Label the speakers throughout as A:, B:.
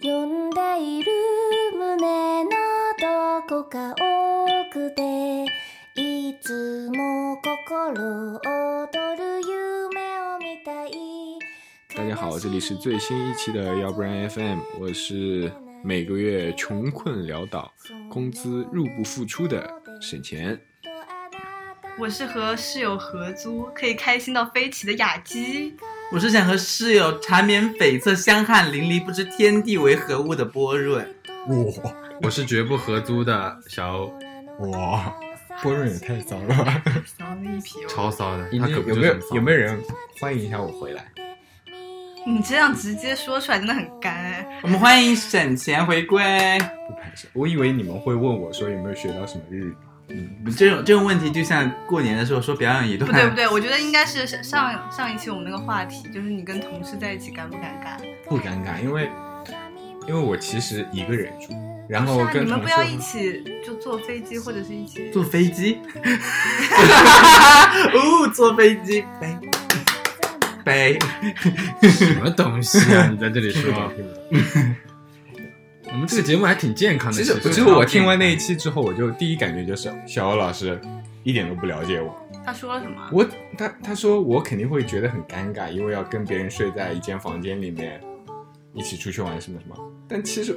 A: 呼んでいる胸のどこか奥でいつも心躍る夢を見たい
B: 大家好，这里是最新一期的要不然 FM，我是每个月穷困潦倒、工资入不敷出的沈钱。
C: 我是和室友合租，可以开心到飞起的雅姬。
D: 我是想和室友缠绵悱恻、相汗淋漓、不知天地为何物的波润。
E: 我
F: 我是绝不合租的小欧，
E: 哇，波润也太骚了吧！
C: 骚了一批哦
F: 超骚的，
E: 有
F: 他
E: 没有
F: 可不
E: 有
F: 就
E: 没有
F: 很骚
E: 有没有人欢迎一下我回来？嗯
C: 你这样直接说出来真的很干哎。
D: 我们欢迎沈钱回归。
E: 不拍摄，我以为你们会问我说有没有学到什么日语。
D: 这种这种问题就像过年的时候说表演一段，
C: 不对不对，我觉得应该是上上一期我们那个话题，就是你跟同事在一起尴不尴尬？
E: 不尴尬，因为因为我其实一个人住，然后
C: 是啊，
E: 跟
C: 你们
E: 同
C: 不
E: 事
C: 要一起就坐飞机或者是一起。
D: 坐飞机，哦，坐飞机，飞飞，
F: 什么东西啊？你在这里
E: 听不 懂
F: 说，
E: 听不懂。
F: 我们这个节目还挺健康的。
E: 其实
F: 其
E: 其实我听完那一期之后，我就第一感觉就是小欧老师一点都不了解我。
C: 他说了什么？
E: 我他他说我肯定会觉得很尴尬，因为要跟别人睡在一间房间里面，一起出去玩什么什么。但其实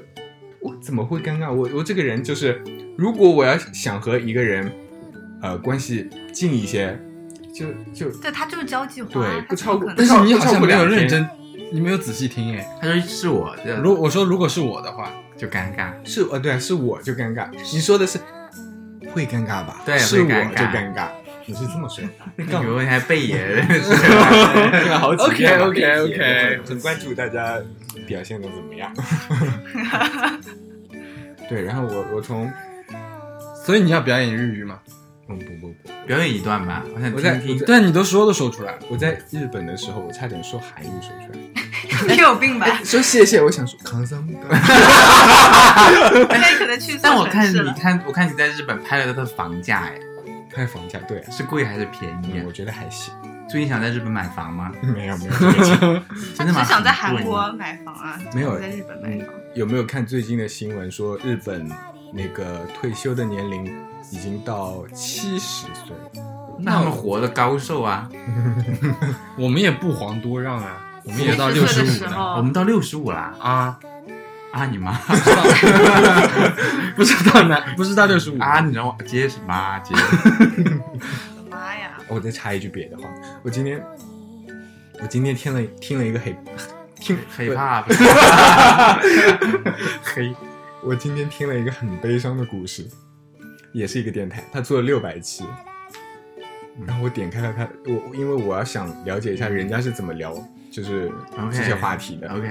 E: 我怎么会尴尬？我我这个人就是，如果我要想和一个人呃关系近一些，就就
C: 对他就是交际花，
E: 对
C: 他
E: 不超过
C: 不可
F: 但
C: 能
F: 是你好
E: 超
F: 像
E: 过
F: 没有
E: 两天
F: 认真，你没有仔细听哎。
D: 他说是我的，
F: 如我说如果是我的话，
D: 就尴尬，
E: 是呃对啊，是我就尴尬。你说的是会尴尬吧？
D: 对
E: 是我
D: 会
E: 就
D: 尴尬
E: 尴尬。你是这么说？
D: 那个问题还背言，
E: 这个好几
F: OK，
E: 遍了
F: OK，OK
E: 很很关注大家表现的怎么 样。对，然后我我从
F: 所以你要表演日语嘛？
E: 嗯不不不，
D: 表演一段吧，我想
E: 我在
D: 听听。
F: 对啊，你都说都说出来了。
E: 我在日本的时候，我差点说韩语说出来，
C: 你 有病
F: 哎
C: 吧？
E: 说谢谢，我想说康桑木干，
C: 那可能去
D: 但
C: 错
D: 我
C: 城
D: 看
C: 市
D: 你
C: 了。
D: 看我看你在日本拍了他的房价，哎，
E: 看房价对啊，
D: 是贵还是便 宜
E: 嗯
D: 啊
E: 我？觉得还行，
D: 最近想在日本买房吗？
E: 没有没有这个钱。
C: 他
D: 真
C: 只
D: 的吗？
C: 想在韩国买房啊，
E: 没有嗯
C: 在日本买房。
E: 有没有看最近的新闻说日本那个退休的年龄已经到七十岁？
D: 那他们活得高寿啊！
F: 我们也不遑多让啊，我们也到六
C: 40
F: 十
C: 岁的时
F: 五了
C: 候，
D: 我们到六十五啦
F: 啊，
D: 啊！你妈
F: 不知道哪，不知道六十五
D: 啊！你让我接什么啊接？
C: 妈呀！
E: 哦我再插一句别的话，我今天我今天听了听了一个黑听
D: 黑怕不
E: 黑，我今天听了一个很悲伤的故事，也是一个电台，他做了六百期，然后我点开了他，我因为我要想了解一下人家是怎么聊，就是这些话题的
D: OK，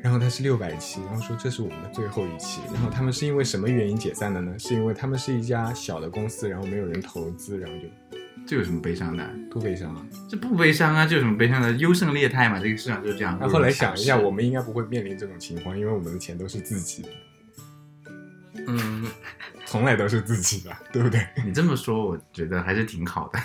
E: 然后他是六百期，然后说这是我们的最后一期。然后他们是因为什么原因解散的呢？是因为他们是一家小的公司，然后没有人投资，然后就
D: 这有什么悲伤的？
E: 多悲伤啊！
D: 这不悲伤啊，这有什么悲伤的？优胜劣汰嘛，这个市场就是这样。
E: 然后后来想一下，我们应该不会面临这种情况，因为我们的钱都是自己的，
F: 嗯，
E: 从来都是自己的，对不对？
D: 你这么说，我觉得还是挺好的。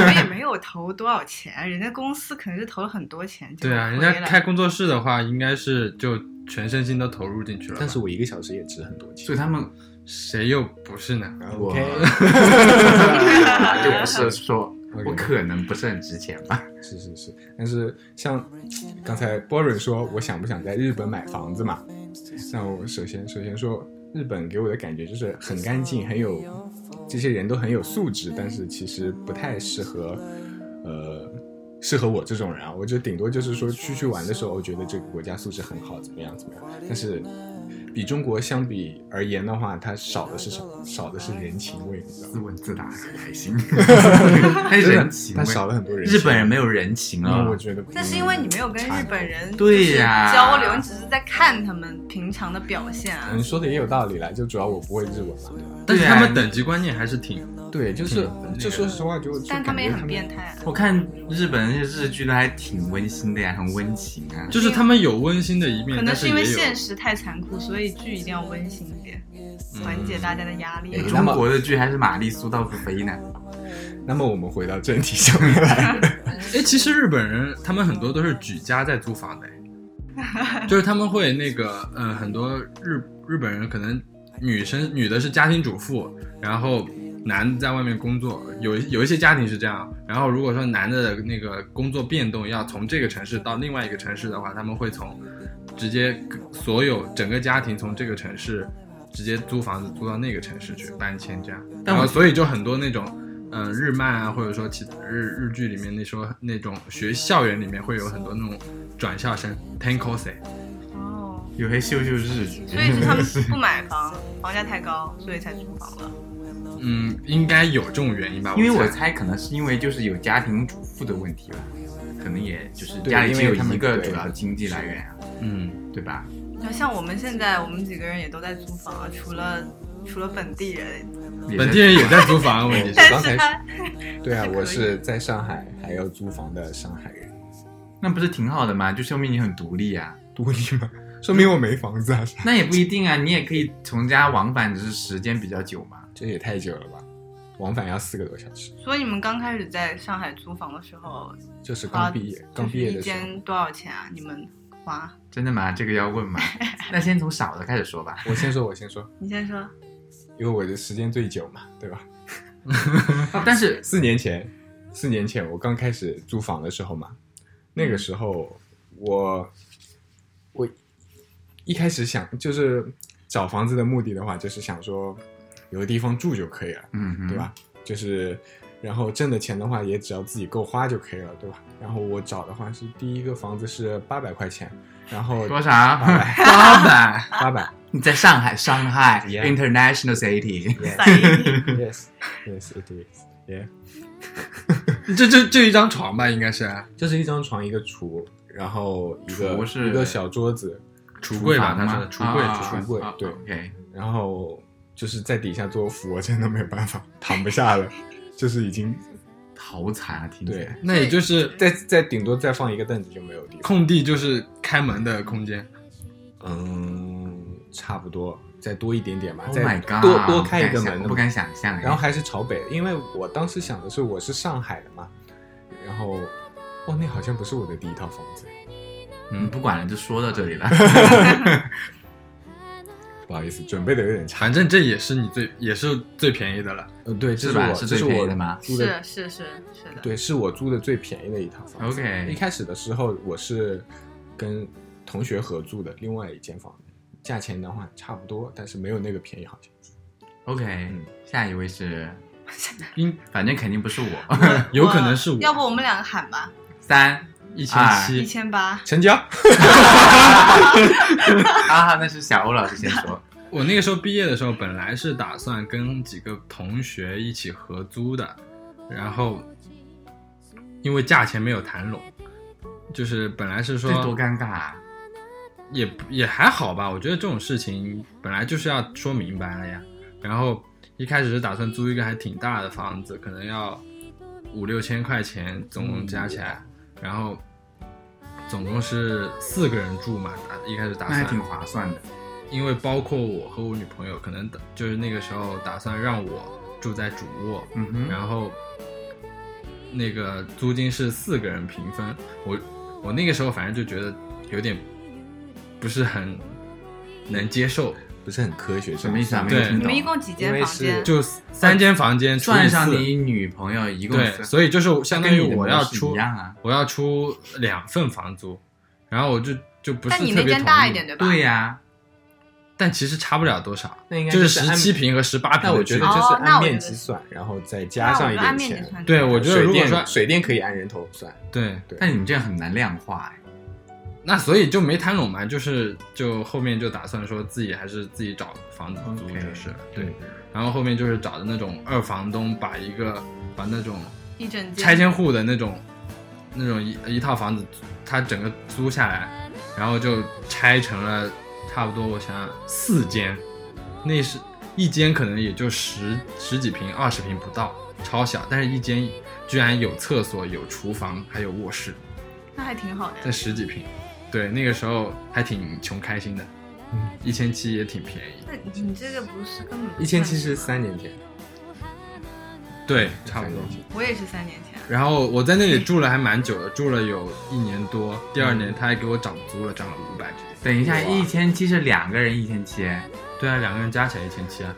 C: 我们也没有投多少钱，人家公司可能是投了很多钱。
F: 对啊，
C: 结
F: 人
C: 果回
F: 家
C: 来
F: 开工作室的话，应该是就全身心都投入进去了吧。
E: 但是我一个小时也值很多
D: 所
E: 钱
D: 以。他们，
F: 谁又不是呢？
D: 我
E: OK，
D: 我啊是 说，
E: OK
D: 我可能不是很值钱吧。
E: 是是是，但是像刚才波伦说，我想不想在日本买房子嘛？那我首先首先说，日本给我的感觉就是很干净，很有这些人都很有素质，但是其实不太适合，呃，适合我这种人啊。我就顶多就是说出去玩的时候，我觉得这个国家素质很好，怎么样怎么样。但是比中国相比而言的话，它少的是什么？少的是人情味，你知道
D: 自
E: 吗？
D: 问自答很 开心，还
E: 真的
D: 人情
E: 它
D: 味，
E: 少了很多人情
D: 日
E: 味。
D: 本人没有人情
E: 嗯，
D: 啊
E: 我。觉得
C: 那是因为你没有跟日本人
D: 对
C: 就
D: 呀
C: 是交流，你只是在看他们平常的表现啊。
E: 嗯
F: 嗯
E: 你说的也有道理啦，就主要我不会日文嘛。
F: 但是
D: 对啊
F: 他们等级观念还是挺……
E: 对，就是
F: 嗯
E: 就说实话，就就
C: 但他们也很
E: 感觉
C: 变态啊。
D: 我看日本那些日剧都还挺温馨的呀，很温情啊。
F: 就是他们有温馨的一面，
C: 可能
F: 但
C: 是
F: 是
C: 因为
F: 也有
C: 现实太残酷，所以剧一定要温馨一点，缓解大家的压
F: 嗯
C: 力啊
D: 哎。
E: 那
D: 中
E: 么
D: 国的剧还是玛丽苏到处飞呢。
E: 那么我们回到正 题上面来，
F: 哎，其实日本人他们很多都是举家在租房的，就是他们会那个，嗯，很多日日本人可能女生女的是家庭主妇，然后男的在外面工作，有有一些家庭是这样。然后如果说男的那个工作变动要从这个城市到另外一个城市的话，他们会从直接所有整个家庭从这个城市直接租房子租到那个城市去搬迁这样。
D: 但
F: 然
D: 我
F: 后所以就很多那种。嗯，日漫啊，或者说其日日剧里面那说那种学校园里面会有很多那种转校生 t e n k o s e
C: 哦，
D: 有黑秀秀日剧，
C: 所以是 他们不买房，房价太高，所以才租房了。
F: 嗯，应该有这种原因 吧？
D: 因为我
F: 猜
D: 猜可能是因为就是有家庭主妇的问题吧，可能也就是
E: 对
D: 家里
E: 因
D: 只
E: 为
D: 有
E: 他们
D: 一个
E: 对
D: 主要经济来源啊，
F: 嗯，
D: 对吧？
C: 那像我们现在，我们几个人也都在租房啊，除了除了本地人，
D: 也是
F: 本地人也在租房，啊问
E: 我
F: 题是，
C: 但
E: 刚
C: 是
E: 才
C: 他
E: 对啊
C: 还，可以
E: 我是在上海还要租房的上海人，
D: 那不是挺好的吗？就说明你很独立啊。
E: 独立吗？说明我没房子啊，
D: 那也不一定啊，你也可以从家往返，只是时间比较久嘛。
E: 这也太久了吧，往返要四个多小时，
C: 所以你们刚开始在上海租房的时候，
E: 就是
C: 花
E: 刚毕业，
C: 就
E: 刚
C: 是
E: 毕业
C: 一
E: 的时候，
C: 间多少钱啊？你们花？
D: 真的吗？这个要问 吗？那先从少的开始说吧。
E: 我先说，我先说，
C: 你先说。
E: 因为我的时间最久嘛，对吧？
D: 但是
E: 四年前，四年前我刚开始租房的时候嘛，那个时候我我一开始想就是找房子的目的的话，就是想说有个地方住就可以了，
D: 嗯哼，
E: 对吧？就是然后挣的钱的话，也只要自己够花就可以了，对吧？然后我找的话是第一个房子是八百块钱，然后
D: 多 少？
E: 百
D: 八百。
E: 八百
D: 你在上海，上海
E: Yeah
D: International City，
C: 反应
E: ，yes yes it is yeah。
F: 这这这一张床吧，应该是啊
E: 就是一张床，一个橱，然后一
D: 橱
E: 个
D: 是
E: 一个小桌子，
F: 橱柜吧，
D: 厨房
F: 他
D: 吗
F: 说的橱柜，
D: 啊
F: 橱
E: 橱柜对
D: ，OK，
E: 然后就是在底下做俯卧撑都没有办法，躺不下了， 就是已经
D: 好惨啊，听起
E: 对
D: 来。，
F: 那也就是
E: 再再顶多再放一个凳子就没有地方。
F: 空地，就是开门的空间，
E: 嗯，差不多，再多一点点吧，
D: Oh
E: 再
D: my god！
E: 多多开一个
D: 我
E: 门，
D: 不敢。想象。哎
E: 然后还是朝北，因为我当时想的是我是上海的嘛，然后哦，那好像不是我的第一套房子，
D: 嗯，不管了，就说到这里了。
E: 不好意思，准备的有点差。
F: 反正这也是你最也是最便宜的了。
E: 呃， 对，这
D: 是吧
E: 我
D: 是
E: 这是
D: 最便宜
E: 我
D: 的 吗
E: 租的
C: 是是是是的。
E: 对，是我租的最便宜的一套房子。
D: OK
E: 一开始的时候我是跟同学合租的另外一间房子，价钱的话差不多，但是没有那个便宜，好像
D: OK，
E: 嗯
D: 下一位是，
F: 应
D: 反正肯定不是 我。
F: 有可能是我
C: 要不我们两个喊吧，
D: 三
F: 一千
D: 哎
C: 一
F: 七，
C: 千八。
E: 成交。
D: 啊，那是小欧老师先 说。
F: 我那个时候毕业的时候，本来是打算跟几个同学一起合租的，然后因为价钱没有谈拢，就是本来
D: 这
F: 是说
D: 多尴尬啊！
F: 也不也还好吧，我觉得这种事情本来就是要说明白了呀。然后一开始是打算租一个还挺大的房子，可能要五六千块钱，总共加起来，然后总共是四个人住嘛，打一开始打
D: 那还
F: 算
D: 挺划算的。
F: 因为包括我和我女朋友，可能打就是那个时候打算让我住在主卧，
D: 嗯哼
F: 然后那个租金是四个人平分。我我那个时候反正就觉得有点不是很能接受，
E: 不是很科学，
D: 什么意思啊？没
F: 对
D: 有听
C: 你们一
D: 懂。
C: 共几间
E: 因为
C: 房
E: 是
C: 间？
F: 就三间房间除以
D: 算上
F: 四
D: 你女朋友一共
F: 对，
D: 是
F: 所以就是相当
D: 跟
F: 于
D: 你的
F: 我要
D: 模式
F: 出
D: 一样啊。
F: 我要出两份房租，然后我就就不是
C: 但
F: 特
C: 你
F: 别
C: 那
F: 同
C: 间大
F: 意
C: 一点，对吧？
D: 对呀，
F: 但其实差不了多少，
E: 那应该
F: 就是
E: 就是
F: 十
E: 按
F: 七平和十八平
E: 那我
F: 的
E: 觉
F: 距
E: 得
F: 离。
E: 就是
C: 哦那
E: 按
C: 我
E: 面
C: 觉
E: 积
C: 得
E: 算，然后再
C: 那
E: 加上一
C: 我们按
E: 点
C: 面
E: 钱。
C: 积算
F: 对，我觉得如果
E: 水
F: 说
E: 电水电可以按人头算，
F: 对，
D: 但你们这样很难量化哎。
F: 那所以就没谈拢嘛，就是就后面就打算说自己还是自己找房子租
D: OK
F: 就是了对，然后后面就是找的那种二房东，把一个把那种
C: 一整间。
F: 拆迁户的那种那种一一套房子，他整个租下来，然后就拆成了差不多我想想四间，那是一间可能也就十十几平二十平不到，超小，但是一间居然有厕所有厨房还有卧室。
C: 那还挺好的呀。
F: 才十几平，对，那个时候还挺穷开心的，一千七也挺便宜，
C: 那你这个不是根本不
E: 一千七
C: 算
E: 是
C: 什么
E: 三年前，
F: 对，差不多。
C: 我也是三年前。
F: 然后我在那里住了还蛮久的，住了有一年多。第二年他还给我涨租了，涨了五百。
D: 等一下，一千七是两个人一千七，
F: 对啊，两个人加起来一千七啊。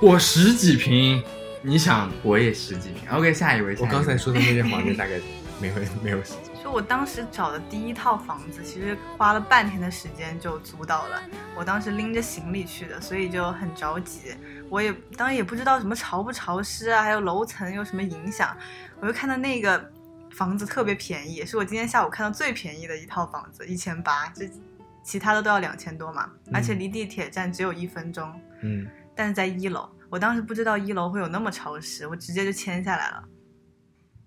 F: 我十几平，你想，
D: 我也十几平。OK，下一位，下
E: 我
D: 一位
E: 刚才说的那些房间大概没有没有时间。
C: 就我当时找的第一套房子，其实花了半天的时间就租到了。我当时拎着行李去的，所以就很着急。我也当然也不知道什么潮不潮湿啊，还有楼层有什么影响。我就看到那个房子特别便宜，也是我今天下午看到最便宜的一套房子，一千八，这其他的都要两千多嘛，而且离地铁站只有一分钟。
E: 嗯，
C: 但是在一楼，我当时不知道一楼会有那么潮湿，我直接就签下来了。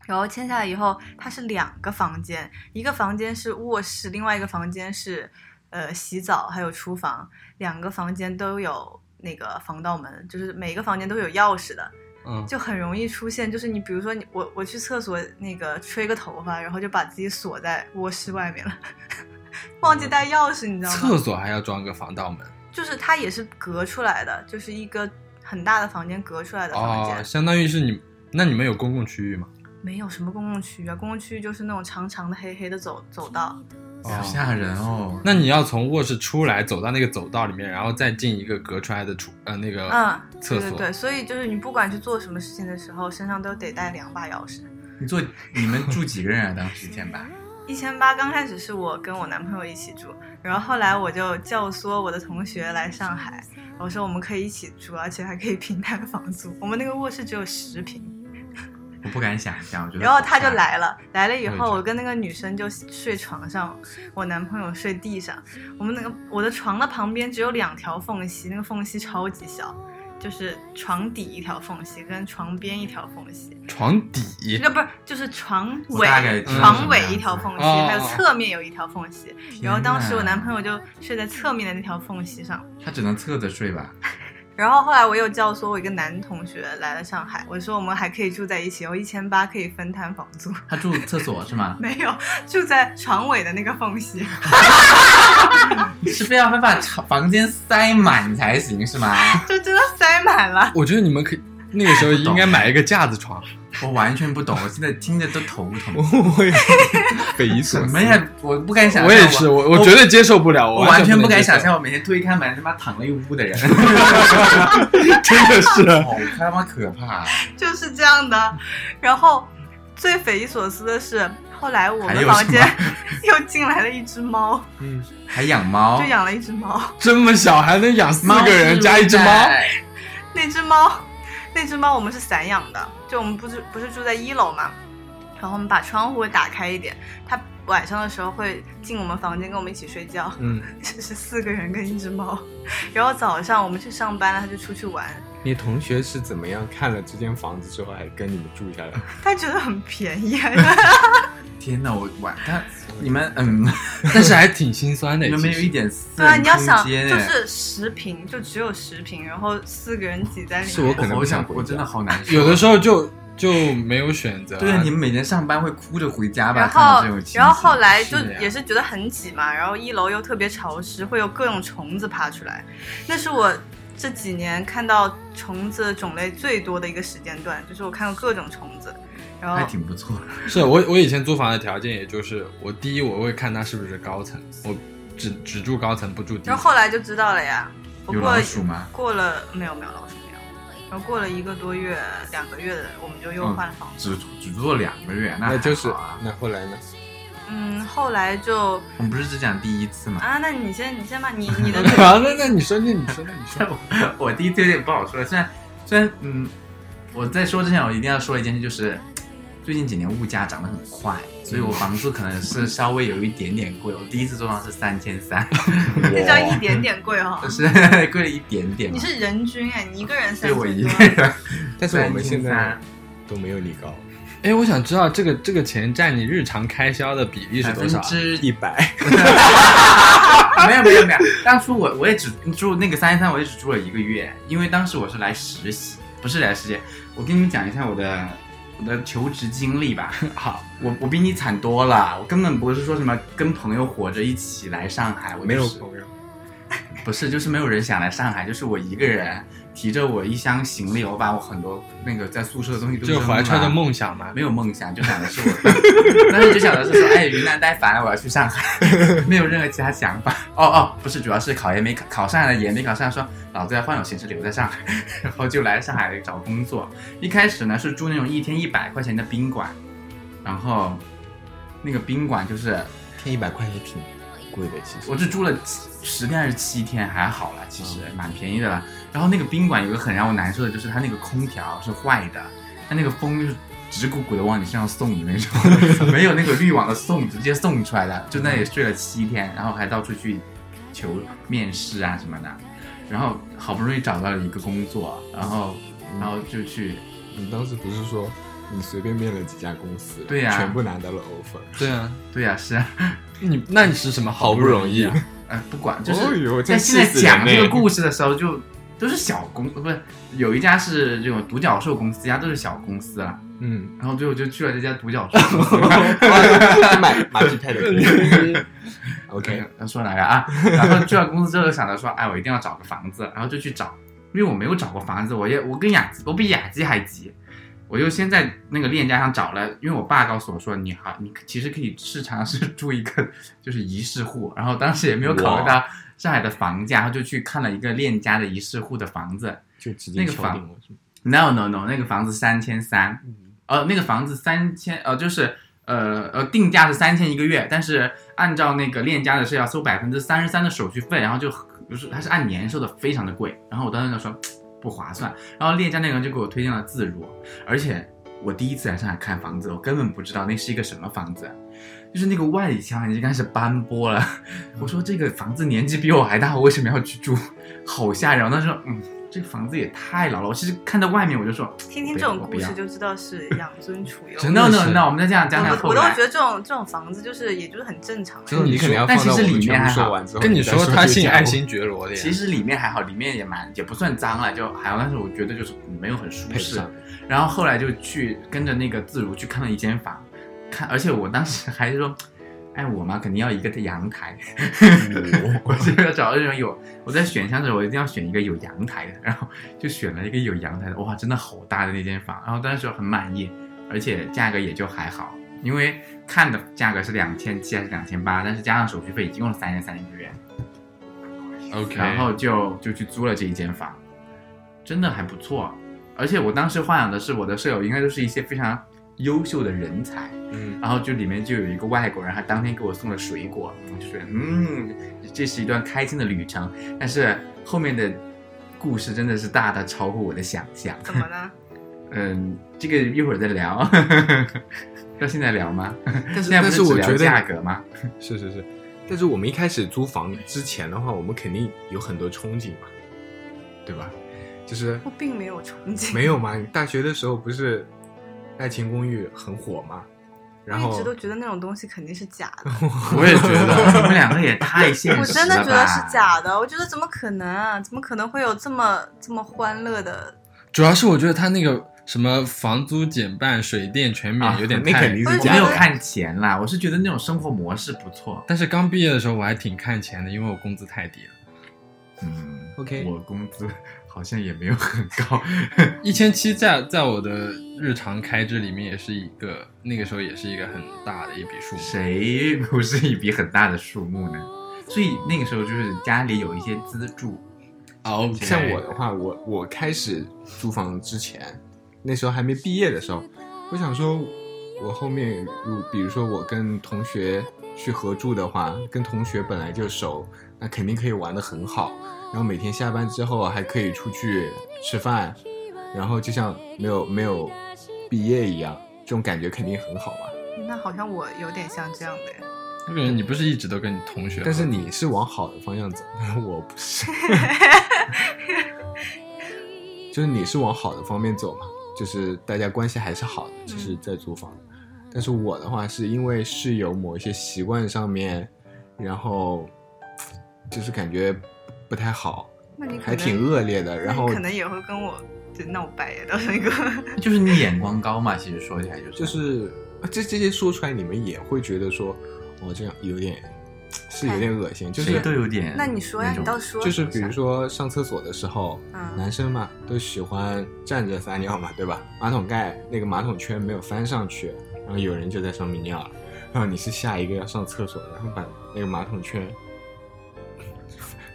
C: 然后签下来以后，它是两个房间，一个房间是卧室，另外一个房间是呃洗澡还有厨房，两个房间都有那个防盗门，就是每个房间都有钥匙的，
F: 嗯，
C: 就很容易出现，就是你比如说你我我去厕所那个吹个头发，然后就把自己锁在卧室外面了， 忘记带钥匙，你知道吗？
F: 厕所还要装个防盗门
C: 就是它也是隔出来的，就是一个很大的房间隔出来的房间，
F: 哦，相当于是你，那你们有公共区域吗？
C: 没有什么公共区域啊，公共区域就是那种长长的黑黑的走走道，
D: 好吓人哦。
F: 那你要从卧室出来，走到那个走道里面，然后再进一个隔出来的厨，呃，那个，
C: 嗯，
F: 厕
C: 对
F: 所
C: 对对，所以就是你不管去做什么事情的时候，身上都得带两把钥匙。
D: 你做你们住几个人啊？当时一千八，
C: 一千八刚开始是我跟我男朋友一起住，然后后来我就教唆我的同学来上海，我说我们可以一起住，而且还可以平摊房租。我们那个卧室只有十平，
D: 我不敢想象，我觉得。
C: 然后他就来，了，来了以
F: 我也觉
C: 后，
F: 得
C: 我跟那个女生就睡床上，我男朋友睡地上。我们那个我的床的旁边只有两条缝隙，那个缝隙超级小，就是床底一条缝隙跟床边一条缝隙，
F: 床底
C: 那不是就是床
D: 我大概
C: 尾
D: 知道
C: 床尾一条缝隙，
F: 嗯
C: 还有
F: 哦
C: 侧面有一条缝隙。然后当时我
D: 天哪
C: 男朋友就睡在侧面的那条缝隙上。
D: 他只能侧着睡吧？
C: 然后后来我又教唆我一个男同学来了上海，我说我们还可以住在一起，然后一千八可以分摊房租。
D: 他住厕所是吗？
C: 没有，住在床尾的那个缝隙。
D: 是非要把房房间塞满才行是吗？
C: 就真的塞满了。
F: 我觉得你们可以那个时候应该买一个架子 床，
D: 我完全不懂，我现在听着都头疼。
E: 我也匪夷所
D: 什
E: 思
D: 么。呀？我不敢想象。
F: 我也是，我我绝对接受不了，
D: 哦我完
F: 完
D: 全不
F: 能
D: 敢
F: 接受
D: 想，象，我每天推开门，他妈躺了一屋 的人，
F: 真的
E: 啊
F: 是，
D: 好他妈可怕！啊
C: 就是这样的。然后最匪夷所思的是，后来我
D: 还
C: 们
D: 有
C: 房间
D: 什
C: 又进来了一只猫，
D: 还养猫
C: 就，养了一只猫。
F: 这么小还能养四个人加一只猫，
C: 那只猫，那只猫我们是散养的，就我们不是不是住在一楼嘛，然后我们把窗户会打开一点，它晚上的时候会进我们房间跟我们一起睡觉。
E: 嗯，
C: 这是四个人跟一只猫。然后早上我们去上班了，它就出去玩。
E: 你同学是怎么样看了这间房子之后还跟你们住下来？
C: 它觉得很便宜，啊
D: 天哪，我晚他你们嗯，
F: 但是还挺心酸的。
D: 你们没
F: 其
D: 有
F: 实
D: 一点私
C: 对啊，
D: 人
C: 你要想，
D: 空
C: 就
D: 间哎。
C: 是十平，就只有十平，然后四个人挤在里面。
E: 是我可能
D: 我
E: 不
D: 想
E: 想，回
D: 我真的
E: 家
D: 好难受。啊
F: 有的时候就就没有选择。啊
D: 对你们每天上班会哭着回家吧？
C: 然
D: 看到
C: 后
D: 这种，情
C: 然后
D: 形
C: 后来就是
F: 的呀
C: 也是觉得很挤嘛，然后一楼又特别潮湿，会有各种虫子爬出来。那是我这几年看到虫子种类最多的一个时间段，就是我看到各种虫子，然
D: 还
C: 后
D: 挺不错的。
F: 是我我以前租房的条件，也就是我第一我会看它是不是高层，我只只住高层不住低层。
C: 然后后来就知道了呀。不
D: 有
C: 过
D: 老鼠吗？
C: 过了没有没有老鼠没有，然后过了一个多月两个月的，我们就又
D: 嗯
C: 换了房子。
D: 只只做两个月，
E: 那
D: 那还
E: 就是
D: 好 啊
E: 那后来呢？
C: 嗯，后来就
D: 我们不是只讲第一次吗？
C: 啊，那你先，你先吧，你你 的
F: 啊，那那你说，那你说，那你说，
C: 啊
D: 我第一次有点不好说，虽然虽然嗯，我在说之前我一定要说一件事，就是最近几年物价涨得很快，所以我房租可能是稍微有一点点贵。我第一次做房是三千三，
C: 这叫一点点贵哦
D: 就，是贵了一点点嘛。
C: 你是人均哎，你一个人三
D: 对
C: 千
D: 我
C: 多，啊
D: 一个人，
E: 但是我们现在
D: 3300
E: 都没有你高，
F: 哎，我想知道这个这个钱占你日常开销的比例是
D: 百
F: 多
D: 分
F: 少啊？
D: 之
E: 一百。
D: 没有没有没有，当初我我也只住那个三一三，我也只住了一个月，因为当时我是来实习，不是来实习。我跟你们讲一下我的我的求职经历吧。
F: 好，
D: 我我比你惨多了，我根本不是说什么跟朋友活着一起来上海，我、
E: 没
D: 就
E: 有
D: 是
E: 朋友，
D: 不是就是没有人想来上海，就是我一个人，提着我一箱行李，我把我很多那个在宿舍的东西都
F: 就
D: 扔
F: 怀揣
D: 了
F: 着梦想嘛。
D: 没有梦想，就想的是 我，但是就想的是说，哎，云南待烦了，我要去上海， 没有任何其他想法。哦哦，不是，主要是考研没考考上了，研没考上，说老子要换种形式留在上海， 然后就来上海找工作。一开始呢是住那种一天一百块钱的宾馆，然后那个宾馆就是
B: 天一百块也挺贵的，其实
D: 我只住了七十天还是七天，还好啦，其实蛮便宜的啦。然后那个宾馆有个很让我难受的，就是它那个空调是坏的，它那个风就是直鼓鼓的往你身上送的那种，没有那个滤网的送，直接送出来的。就那里睡了七天，然后还到处去求面试啊什么的，然后好不容易找到了一个工作，然后然后就去
E: 你当时不是说你随便面了几家公司，
D: 对呀
E: 全部拿到了 offer，
F: 对啊，
D: 对呀、是啊，
F: 你那你是什么？
B: 好不容易啊，
D: 呃，不管，就
E: 哦
D: 是
E: 呦
D: 在
E: 真
D: 现在
E: 气死人
D: 讲这个
E: 嘞
D: 故事的时候就，都是小公，不是有一家是这种独角兽公司，其他都是小公司了。
E: 嗯，
D: 然后最后就去了这家独角兽公司。
B: 买马屁拍的可以。
E: OK，
D: 要说哪个啊？然后去了公司之后，想着说，哎，我一定要找个房子，然后就去找，因为我没有找过房子，我也我跟雅集，我比雅集还急，我就先在那个链家上找了，因为我爸告诉我说，你好，你其实可以市场是住一个就是一室户，然后当时也没有考虑到上海的房价，然后就去看了一个链家的一室户的房子，
B: 就直
D: 那
B: 接
D: 个
B: 敲
D: 房
B: 定了，是吗
D: No no no，那个房子三千三，呃，那个房子三千，呃，就是呃呃，定价是三千一个月，但是按照那个链家的是要收百分之三十三的手续费，然后就就是它是按年收的，非常的贵。然后我当时就说不划算，然后链家那个人就给我推荐了自如，而且我第一次来上海看房子，我根本不知道那是一个什么房子。就是那个外墙已经开始斑驳了，我说这个房子年纪比我还大，我为什么要去住？ 好吓人！我当时说，嗯，这个房子也太老了。我其实看到外面我就说，
C: 听听这种故事就知道是养尊处优。
F: 真的
D: no
F: 是
D: no no，我们再这样讲讲
C: 我
D: 后
C: 我都
D: 来
C: 觉。得这种这种房子就是也就是很正常。
E: 真的你肯定要
D: 但
E: 放
D: 其
E: 到
D: 实
E: 我们
D: 里面
E: 全部
D: 还好
E: 说完之后，
F: 跟你
E: 你再
F: 说，他
E: 这
F: 信
E: 家
F: 爱
E: 伙
F: 新觉罗的呀。
D: 其实里面还好，里面也蛮也不算脏了，就还好，但是我觉得就是没有很舒
B: 配不
D: 适
B: 上。
D: 然后后来就去跟着那个自如去看了一间房，看，而且我当时还说，哎，我嘛肯定要一个阳台， 我就要找那种有我在选项的时候，我一定要选一个有阳台的，然后就选了一个有阳台的，哇，真的好大的那间房，然后当时很满意，而且价格也就还好，因为看的价格是两千七还是两千八，但是加上手续费，一共是三千三一个月，
F: OK，
D: 啊然后就就去租了这一间房，真的还不错，而且我当时幻想的是我的舍友应该都是一些非常优秀的人才，
E: 嗯，
D: 然后就里面就有一个外国人，他当天给我送了水果，我就觉得嗯，这是一段开心的旅程。但是后面的故事真的是大大超乎我的想象。
C: 怎么呢？
D: 嗯，这个一会儿再聊， 要现在聊吗？
E: 但是
D: 现在不
E: 但是
D: 只
E: 我
D: 聊
E: 觉
D: 价
E: 得
D: 格吗？
E: 是是是，但是我们一开始租房之前的话，我们肯定有很多憧憬嘛，对吧？就是
C: 我并没有憧憬，
E: 没有嘛，你大学的时候不是《爱情公寓》很火嘛，然
C: 我一
E: 后
C: 直都觉得那种东西肯定是假的。
D: 我也觉得你们两个也太现实 了
C: 我真的觉得
D: 吧
C: 是假的，我觉得怎么可能啊？怎么可能会有这么这么欢乐的？
F: 主要是我觉得他那个什么房租减半、水电全
D: 啊
F: 免，有点
E: 那
F: 太
E: 肯定
C: 我
E: 是
C: 也
D: 我
E: 假
D: 没有
E: 的。
D: 看钱啦，我是觉得那种生活模式不错。
F: 但是刚毕业的时候我还挺看钱的，因为我工资太低了，
D: 嗯
E: OK
D: 我工资好像也没有很高，
F: 一千七在在我的日常开支里面也是一个，那个时候也是一个很大的一笔数目。
D: 谁不是一笔很大的数目呢？所以那个时候就是家里有一些资助，
F: OK，
E: 像我的话，我我开始租房之前，那时候还没毕业的时候，我想说，我后面如比如说我跟同学去合住的话，跟同学本来就熟，那肯定可以玩的很好。然后每天下班之后还可以出去吃饭，然后就像没有没有毕业一样，这种感觉肯定很好嘛。
C: 那好像我有点像这样的耶。
F: 我感觉你不是一直都跟你同学，
E: 但是你是往好的方向走，我不是， 就是你是往好的方面走嘛，就是大家关系还是好的，就是
C: 嗯
E: 在租房。但是我的话是因为是有某一些习惯上面，然后就是感觉不太好，
C: 那你可能
E: 还挺恶劣的。然后
C: 那你可能也会跟我就闹掰的那个。
D: 就是你眼光高嘛。其实说起来就是，
E: 就是这这些说出来，你们也会觉得说，哦，这样有点。是有点恶心，就
D: 谁
E: 是
D: 都有点 种。
C: 那你说呀，你倒说。
E: 就是比如说上厕所的时候，
C: 嗯
E: 男生嘛都喜欢站着撒尿嘛，对吧？ 马桶盖那个马桶圈没有翻上去，然后有人就在上面尿了，然后你是下一个要上厕所，然后把那个马桶圈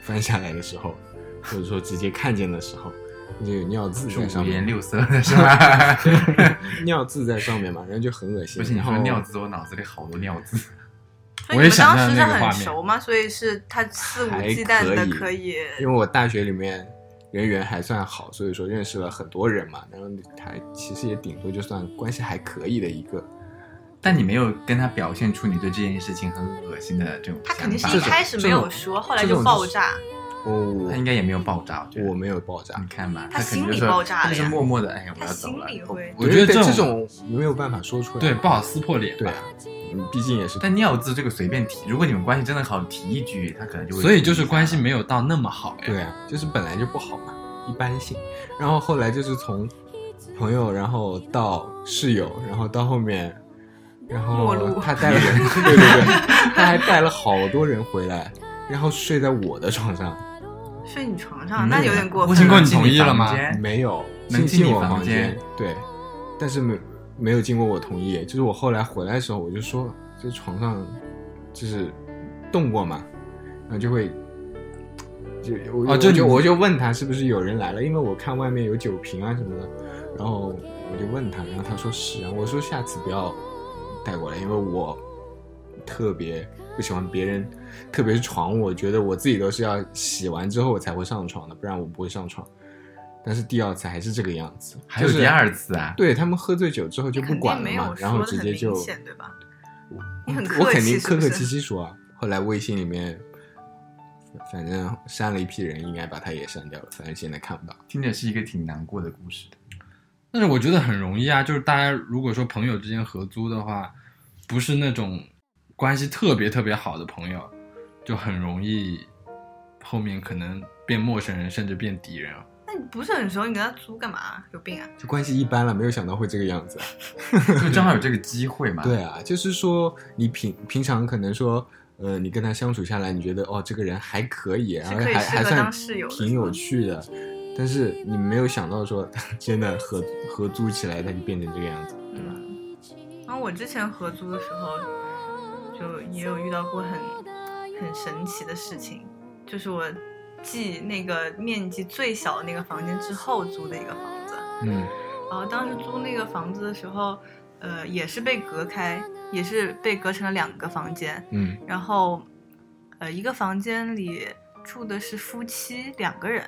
E: 翻下来的时候，或者说直接看见的时候，你就有尿渍在
D: 五
E: 上
D: 颜
E: 面，
D: 六色的 是吧？
E: 尿渍在上面嘛，然后就很恶心。
D: 不是你
E: 然后
D: 说尿渍，我脑子里好多尿渍。
C: 所以
F: 我
C: 你
F: 也
C: 们
F: 想
C: 当
F: 象
C: 时是
F: 那个画
C: 很
F: 面
C: 熟嘛，所以是他肆无
E: 还
C: 忌惮的
E: 可
C: 可
E: 以
C: 以。
E: 因为我大学里面人缘还算好，所以说认识了很多人嘛，然后还其实也顶多就算关系还可以的一个。
D: 但你没有跟他表现出你对这件事情很恶心的这种
C: 他肯定是
D: 想
C: 一
D: 法
C: 开始没有说，后来就爆炸。
E: 哦
D: 他，应该也没有爆炸，我觉得
E: 我没有爆炸
F: 嗯
D: 你，看吧，
C: 他
D: 肯定就是
C: 心里爆炸了呀
D: 他就是默默的，哎呀，我
C: 他
D: 要走
C: 心
D: 了。
C: 里
E: 哦
C: 会，
F: 我觉得
E: 对
F: 这
E: 这没有办法说出来，
F: 对不好撕破脸
E: 对
F: 吧
E: 啊，，嗯毕竟也是。
D: 但尿渍这个随便提，如果你们关系真的好，提一句他可能就会。
F: 所以就是关
E: 啊
F: 系没有到那么好呀。
E: 对啊，就是本来就不好嘛，一般性。然后后来就是从朋友，然后到室友，然后到后面，然
C: 陌
E: 后
C: 路
E: 他带了人，对对对，他还带了好多人回来，然后睡在我的床上，
C: 睡你床
D: 你
E: 嗯
C: 上，
D: 们
C: 啊那有
D: 有
C: 点过
F: 我
C: 分。
F: 经过
D: 能
F: 你
D: 进
F: 同意了
D: 房
F: 吗
D: 间
E: 没有
D: 能进
E: 进
D: 你
E: 我
D: 房
E: 房
D: 间，
E: 对，但是没没有经过我同意，就是我后来回来的时候，我就说这床上就是动过嘛，然后就会。就
D: 哦
E: 我
F: 啊
E: 我
F: 就
E: 就
F: 你
E: 我就问他是不是有人来了，因为我看外面有酒瓶啊什么的，然后我就问他，然后他说是啊，我说下次不要带过来，因为我特别不喜欢别人，特别是床，我觉得我自己都是要洗完之后我才会上床的，不然我不会上床。但是第二次还是这个样子，
D: 还有
E: 就是
D: 第二次啊？
E: 对他们喝醉酒之后就不
C: 肯
E: 管
C: 定
E: 了
C: 没有
E: 嘛
C: 说，
E: 然后
C: 的
E: 直
C: 很
E: 接就
C: 明显，对吧？你很
E: 我
C: 客
E: 肯
C: 气，
E: 定
C: 是
E: 客
C: 不
E: 客气气
C: 是？
E: 说啊。后来微信里面，反正删了一批人，应该把他也删掉了，反正现在看不
F: 啊
E: 到。
D: 听着是一个挺难过的故事 的。
F: 但是我觉得很容易啊，就是大家如果说朋友之间合租的话，不是那种关系特别特别好的朋友，就很容易后面可能变陌生人，甚至变敌人。啊
C: 那你不是很熟，你跟他租干嘛？有病啊！
E: 就关系一般了，没有想到会这个样子。
D: 就正好有这个机会嘛。
E: 对，啊，就是说你平平常可能说，呃，你跟他相处下来，你觉得哦，这个人还可以，然后
C: 可以
E: 还
C: 适合
E: 还算
C: 当室友的
E: 挺
C: 是
E: 有
C: 吗
E: 趣的，但是你没有想到说， 真的合合租起来，他就变成这个样子。
C: 嗯，然后我之前合租的时候，就也有遇到过很很神奇的事情，就是我继那个面积最小的那个房间之后租的一个房子，
E: 嗯，
C: 然后当时租那个房子的时候，呃，也是被隔开，也是被隔成了两个房间，
E: 嗯，
C: 然后呃，一个房间里住的是夫妻两个人。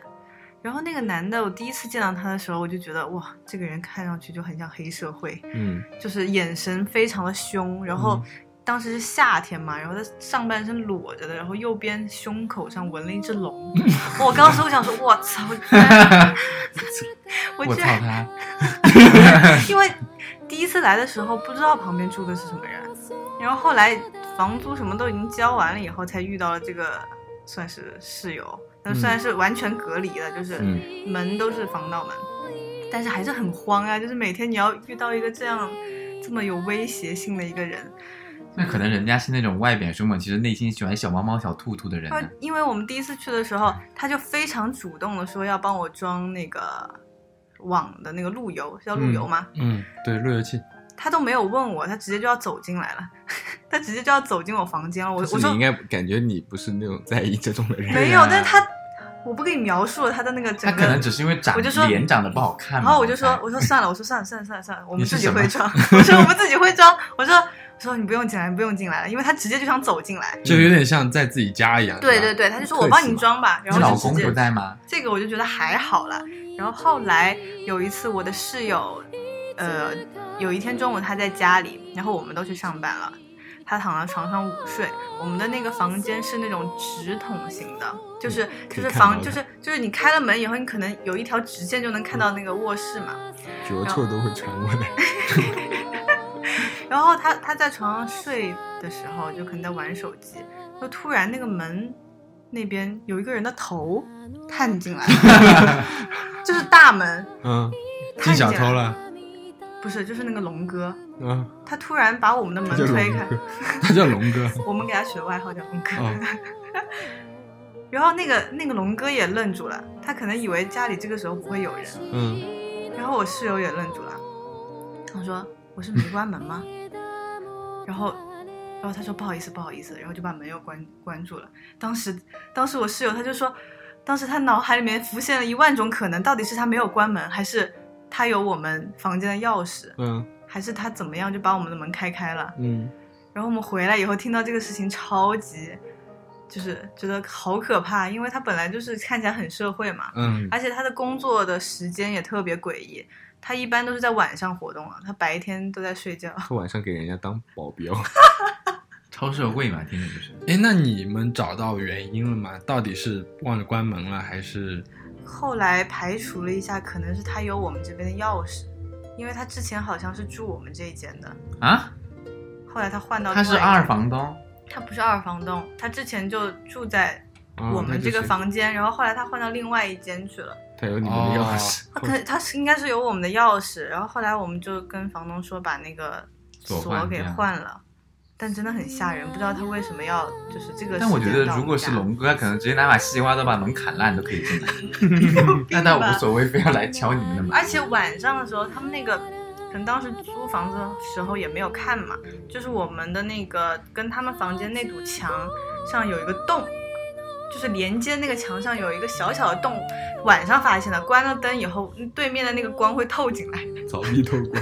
C: 然后那个男的，我第一次见到他的时候，我就觉得哇，这个人看上去就很像黑社会。
E: 嗯，
C: 就是眼神非常的凶，然后
E: 嗯
C: 当时是夏天嘛，然后他上半身裸着的，然后右边胸口上纹了一只 龙。我当时我想说，我操！我居然我
D: 我
C: 居
D: 操
C: 然
D: 他！
C: 因为第一次来的时候不知道旁边住的是什么人，然后后来房租什么都已经交完了以后，才遇到了这个算是室友，那虽然是完全隔离的，就是
E: 嗯
C: 门都是防盗门，但是还是很慌啊，就是每天你要遇到一个这样这么有威胁性的一个人，
D: 那可能人家是那种外表凶猛，其实内心喜欢小猫猫、小兔兔的人
C: 他
D: 呢。
C: 因为我们第一次去的时候，他就非常主动的说要帮我装那个网的那个路由，是叫路由吗？
F: 嗯，对，路由器。
C: 他都没有问我，他直接就要走进来了，他直接就要走进我房间了。我
E: 但是
C: 我
E: 你
C: 说
E: 应该感觉你不是那种在意这种的人。
C: 没有
D: 对啊，
C: 但是他我不给你描述了他的那个整
D: 他
C: 个，
D: 可能只是因为长
C: 我就说
D: 脸长得不好看
C: 然
D: 嘛。
C: 后我就说
D: 猜
C: 我说算了，我说算了算了算了算了，我
D: 你
C: 们
D: 是
C: 自己
D: 什么
C: 会 装，我说我们自己会装，我说我说你不用进来，你不用进来了，因为他直接就想走进来。
F: 就有点像在自己家一样。
D: 啊
C: 对对
F: 是吧，
C: 对，他就说我帮
E: 客气
C: 你
E: 嘛
C: 装吧，然
D: 你老
C: 后就
D: 公
C: 直
D: 不
C: 接
D: 在吗？
C: 这个我就觉得还好了。然后后来有一次，我的室友，呃，有一天中午他在家里，然后我们都去上班了，他躺在床上午睡。我们的那个房间是那种直筒型的，就是
E: 嗯可
C: 就
E: 以
C: 是
E: 看到
C: 房
E: 的
C: 就是就是你开了门以后，你可能有一条直线就能看到那个卧室嘛。
E: 脚臭都会传过来。
C: 然后他他在床上睡的时候，就可能在玩手机，就突然那个门那边有一个人的头探进来 了，就是大门
E: 嗯，
C: 探进来。
F: 了。
C: 不是，就是那个龙哥，
E: 啊，
C: 他突然把我们的门
E: 他叫
C: 推
E: 龙
C: 开，
E: 哥，他叫龙 哥
C: 我们给他取的外号叫龙哥。
E: 啊，
C: 然后那个那个龙哥也愣住了，他可能以为家里这个时候不会有人，
E: 嗯，
C: 然后我室友也愣住了，我说我是没关门吗？然后，然后他说不好意思不好意思，然后就把门又关关住了。当时当时我室友他就说，当时他脑海里面浮现了一万种可能，到底是他没有关门，还是他有我们房间的钥匙，
E: 嗯，
C: 还是他怎么样就把我们的门开开了？
E: 嗯，
C: 然后我们回来以后听到这个事情，超级就是觉得好可怕，因为他本来就是看起来很社会嘛，
E: 嗯，
C: 而且他的工作的时间也特别诡异，他一般都是在晚上活动啊，他白天都在睡觉。
E: 他晚上给人家当保 镖，
D: 超社会嘛，听着就是。
F: 哎，那你们找到原因了吗？到底是忘了关门了，还是
C: 后来排除了一下，可能是他有我们这边的钥匙，因为他之前好像是住我们这一间的，
D: 啊，
C: 后来他换到
D: 他是
C: 另外一间
D: 二，房东，
C: 他不是二房东，他之前就住在
D: 哦
E: 啊
C: 我
E: 那
C: 们
E: 就
C: 这个
E: 是
C: 房间，然后后来他换到另外一间去了。
E: 他有你们的
D: 哦
F: 哦
E: 钥匙，
C: 他啊可他是应该是有我们的钥匙，然后后来我们就跟房东说把那个
D: 锁
C: 锁
D: 换
C: 给
D: 掉
C: 换了，但真的很吓人，不知道他为什么要就是这个时间到家。
D: 但我觉得如果是 龙哥，他可能直接拿把西瓜刀把门砍烂都可以进来，
C: 病吧
D: 那倒无所谓，非要来敲你们的门。
C: 而且晚上的时候，他们那个可能当时租房子的时候也没有看嘛，就是我们的那个跟他们房间那堵墙上有一个洞，就是连接那个墙上有一个小小的洞，晚上发现的，关了灯以后，嗯对面的那个光会透进来。
E: 凿壁偷光，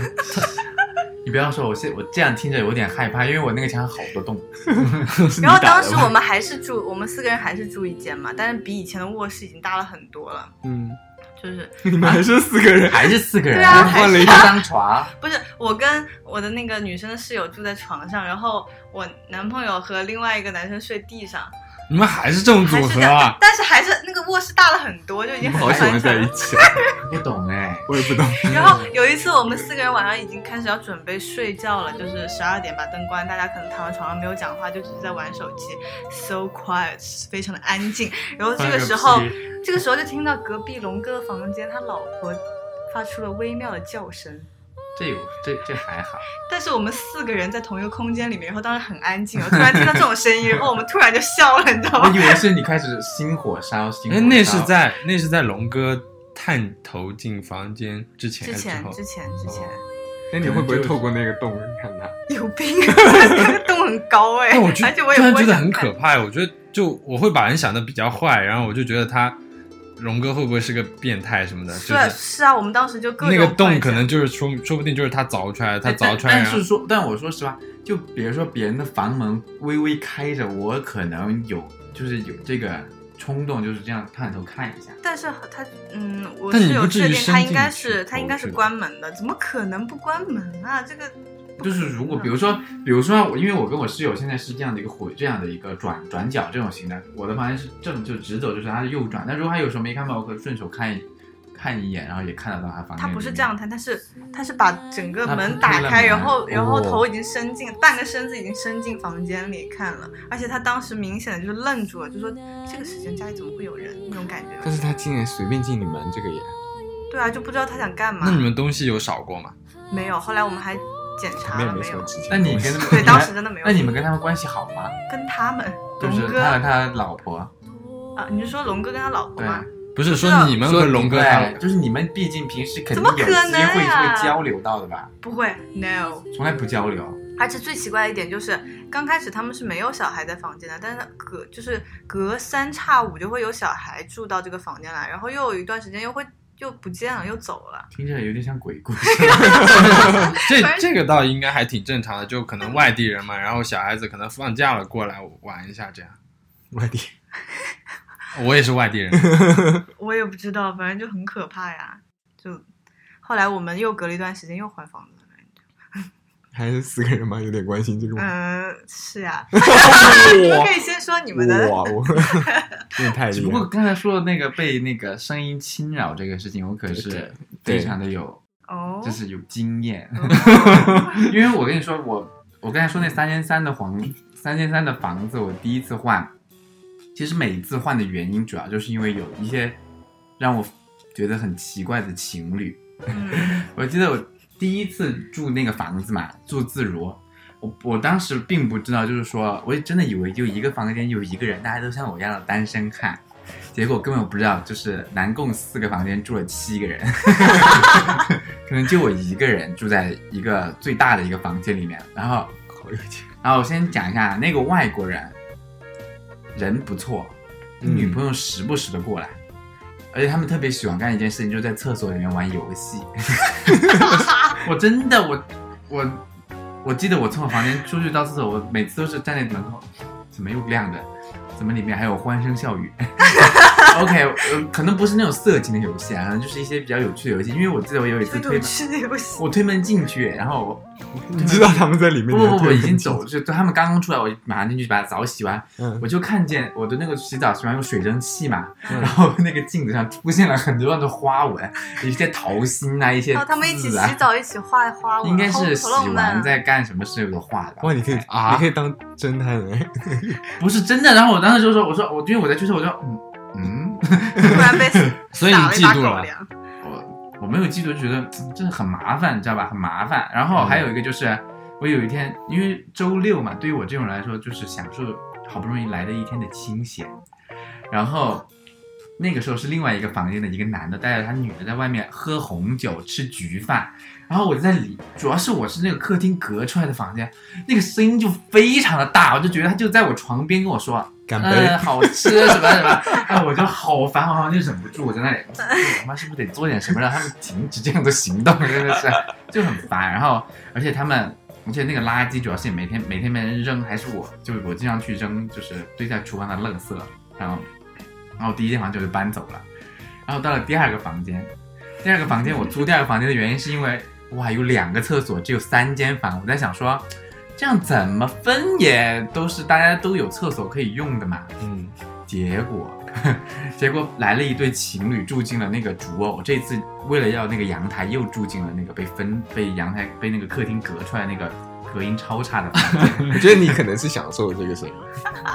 D: 你不要说，我现我这样听着有点害怕，因为我那个墙好多洞。是你
C: 然后
D: 打
C: 当
D: 的
C: 时
D: 吧
C: 我们还是住，我们四个人还是住一间嘛，但是比以前的卧室已经大了很多了，
E: 嗯，
C: 就是
E: 你们还剩四个人，
D: 还是四个人，
C: 对啊还是
D: 换了一张床，
C: 不是我跟我的那个女生的室友住在床上，然后我男朋友和另外一个男生睡地上，
F: 你们还是这种
C: 还
F: 组
C: 是
F: 合
C: 但
F: 啊？
C: 但是还是那个卧室大了很多，就已
E: 你
C: 经
E: 们
C: 很
E: 好喜欢
C: 宽敞
E: 在一
C: 了。
E: 起，
D: 不懂哎，
E: 我也不懂，
C: 然后有一次我们四个人晚上已经开始要准备睡觉了，就是十二点把灯关，大家可能躺在床上没有讲话，就只是在玩手机，so quiet，非常的安静。然 后这
E: 哎
C: 个时候
E: 放个屁，
C: 这个时候就听到隔壁龙哥的房间他老婆发出了微妙的叫声。
D: 这有这这还好，
C: 但是我们四个人在同一个空间里面，然后当时很安静，我突然听到这种声音，然后我们突然就笑了，你知道
D: 我
C: 吗？
D: 以为是你开始心火烧心火
F: 哎，
D: 烧。
F: 那是在那是在龙哥探头进房间之前
C: 之
F: 还是
C: 前
F: 后？
C: 之前之前
E: 那你会不会透过那个洞看他？
C: 有病，啊洞很高哎、
F: 但我觉
C: 而且我也
F: 突然
C: 不
F: 觉
C: 会
F: 得
C: 想
F: 很
C: 看
F: 可怕，我觉得就我会把人想的比较坏，然后我就觉得他龙哥会不会是个变态什么的？就是
C: 啊是啊，我们当时就各
F: 那
C: 种
F: 个洞
C: 幻
F: 可能
C: 想
F: 就是说说不定就是他凿出来的，他
D: 哎但
F: 凿出来啊
D: 但
F: 然后
D: 是说，但我说实话，就比如说别人的房门微微开着，我可能有就是有这个冲动，就是这样探头看一下。
C: 但是他嗯，我
F: 但你
C: 是有
F: 不至
C: 确
F: 于
C: 定
F: 伸
C: 他应
F: 进
C: 该
F: 去哦
C: 是他应该
F: 头
C: 是
F: 去
C: 关门的，怎么可能不关门啊？这个嗯不
D: 就是
C: 可
D: 如果
C: 能
D: 比如说，比如说我，因为我跟我室友现在是这样的一个回这样的一个转转角这种型的，我的房间是正就直走，就是它是右转。但如果他有什么没看到，我可以顺手看一看一眼，然后也看得到他房间里面。
C: 他不是这样弹，他是他是把整个
D: 他
C: 门
D: 推
C: 打
D: 了
C: 开，
D: 门
C: 然后然后
E: 哦
C: 头已经伸进，半个身子已经伸进房间里看了，而且他当时明显的就是愣住了，就说这个时间家里怎么会有人那种感
E: 但
C: 觉。
E: 是他竟然随便进你门，这个也，
C: 对啊，就不知道他想干嘛
F: 那。你们东西有少过吗？
C: 没有，后来我们还检
E: 我
C: 查
E: 们也
C: 了
E: 没
C: 没
E: 什么
C: 有？
E: 值钱
D: 那
E: 的
D: 你
E: 东西。
D: 跟
C: 对，当时
D: 你
C: 真的没有。
D: 那你们跟他们关系好吗？
C: 跟他们
D: 就是
C: 龙哥
D: 他和
C: 啊
D: 他老婆，
C: 你是说龙哥跟他老婆
D: 对
C: 吗？
F: 不是说
C: 那
F: 你们和龙哥 他
D: 对，哎就是你们毕竟平时肯
C: 怎
D: 定
C: 么
D: 有
C: 可
D: 机
C: 能啊
D: 会
C: 呀
D: 会交流到的吧？
C: 不会，no。
D: 从来不交流，
C: 而且最奇怪的一点就是，刚开始他们是没有小孩在房间的，但是他隔就是隔三差五就会有小孩住到这个房间来，然后又有一段时间又会又不见了，又走了。
D: 听着有点像鬼故事。
F: 这这个倒应该还挺正常的，就可能外地人嘛，然后小孩子可能放假了过来玩一下这样。
E: 外地，
F: 我也是外地人，
C: 我也不知道，反正就很可怕呀。就后来我们又隔了一段时间，又换房子了。
E: 还是四个人吗？有点关心这个问题。
C: 嗯，是呀、 你们可以先说你们的。
E: 哇， 我真的太
D: 只
E: 厉
D: 不
E: 害
D: 过
E: 了。
D: 刚才说的那个被那个声音侵扰这个事情，我可是
E: 对
D: 非常的有，
C: 哦，
D: 就是有经验。
C: 哦
D: 因为我跟你说，我我刚才说那三千三的房，三千三的房子，我第一次换，其实每一次换的原因主要就是因为有一些让我觉得很奇怪的情侣。
C: 嗯
D: 我记得我第一次住那个房子嘛，住自如。我我当时并不知道，就是说，我也真的以为就一个房间有一个人，大家都像我一样的单身汉。结果根本不知道，就是南贡四个房间住了七个人， 可能就我一个人住在一个最大的一个房间里面。然后，然后我先讲一下那个外国人，人不错，
E: 嗯
D: 女朋友时不时的过来，而且他们特别喜欢干一件事情，就是在厕所里面玩游戏。 我真的，我我我记得我从我房间出去到厕所，我每次都是站在门口，怎么又亮着？怎么里面还有欢声 笑语？OK，呃，可能不是那种色情的游戏啊，可能就是一些比较有趣的游戏。因为我记得我有一次
C: 这
D: 推
C: 种
D: 门，
C: 吃的游戏，
D: 我推门进去，然后我
E: 你知道他们在里面
D: 不
E: 你还
D: 不不
E: 特
D: 不，
E: 别
D: 已经
E: 紧张
D: 走，就他们刚刚出来，我就马上进去把澡洗完，
E: 嗯
D: 我就看见我的那个洗澡洗完用水蒸气嘛，
C: 嗯
D: 然后那个镜子上出现了很多的花纹，一些桃心啊，一些
C: 然哦后他们一起
D: 字啊
C: 洗，澡，一起画花纹，
D: 应该
C: 好
D: 是洗
C: 好浪漫
D: 完
C: 啊
D: 再干什么事的画的。
E: 哇，你可以，
D: 啊
E: 你可以当侦探哎，
D: 不是真的。然后我当时就说，我说我因为我在宿舍，我说嗯嗯，
C: 突然被
F: 所以你
C: 撒了一把
F: 嫉妒
C: 狗
F: 了
C: 粮。
D: 我 我没有记住，就觉得嗯真的很麻烦，你知道吧？很麻烦。然后还有一个就是，我有一天因为周六嘛，对于我这种人来说，就是享受好不容易来的一天的清闲。然后那个时候是另外一个房间的一个男的带着他女的在外面喝红酒吃焗饭，然后我就在里，主要是我是那个客厅隔出来的房间，那个声音就非常的大，我就觉得他就在我床边跟我说
E: 干
D: 嗯，
E: 杯！
D: 好吃什么什么，哎，我就好烦，我好像就忍不住，我在那里，我他妈是不是得做点什么让他们停止这样的行动？真的是就很烦。然后，而且他们，而且那个垃圾主要是每天每天没人扔，还是我，就是我经常去扔，就是堆在厨房的垃圾。然后，然后第一间房间我就搬走了。然后到了第二个房间，第二个房间我租第二个房间的原因是因为哇有两个厕所，只有三间房，我在想说。这样怎么分也都是大家都有厕所可以用的嘛，
E: 嗯，
D: 结果， 结果来了一对情侣住进了那个主卧。我这次为了要那个阳台，又住进了那个被分被阳台被那个客厅隔出来那个 隔音超差的房间。
E: 嗯我觉得你可能是享受这个事，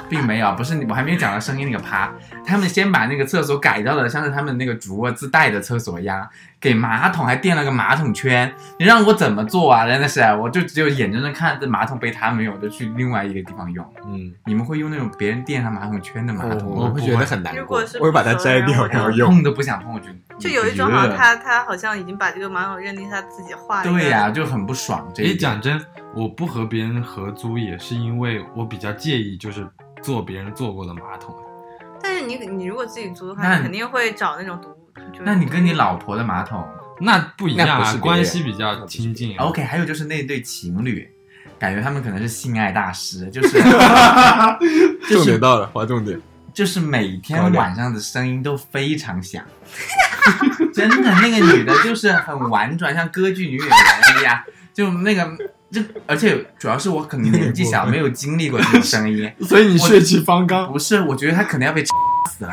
D: 并没有，不是你，我还没有讲到声音那个趴。他们先把那个厕所改造的像是他们那个主卧自带的厕所一样，给马桶还垫了个马桶圈，你让我怎么做啊？真的是，我就只有眼睁睁看着马桶被他们用，我就去另外一个地方用。
E: 嗯，
D: 你们会用那种别人垫上马桶圈的马桶吗？
E: 哦我会觉得很难
C: 如
E: 过
C: 果是，
E: 我会把它摘掉
C: 不
E: 然后
C: 要
E: 用。
D: 碰都不想碰，我觉得
C: 就有一种好像
D: 呃
C: 他他好像已经把这个马桶认定是他自己画的。
D: 对呀、，就很不爽。这
F: 诶，
D: 一点
F: 讲真，我不和别人合租也是因为我比较介意，就是坐别人坐过的马桶。
C: 但是你你如果自己租的
D: 那
C: 话，你肯定会找那种独。就是
D: 那你 跟你老婆的马桶
F: 那不一
E: 那
F: 样
E: 不
F: 啊
E: 是，别
F: 关
E: 人哦
F: 系比较亲近啊。
D: ，OK，还有就是那对情侣，感觉他们可能是性爱大师，就是
E: 重点到了，划重点。
D: 就是每天晚上的声音都非常响。真的，那个女的就是很婉转，像歌剧女演员一样，就那个就，而且主要是我可能年纪小，没有经历过这种声音，
E: 所以你
D: 血
E: 气方刚，
D: 不是，我觉得他可能要被 死了。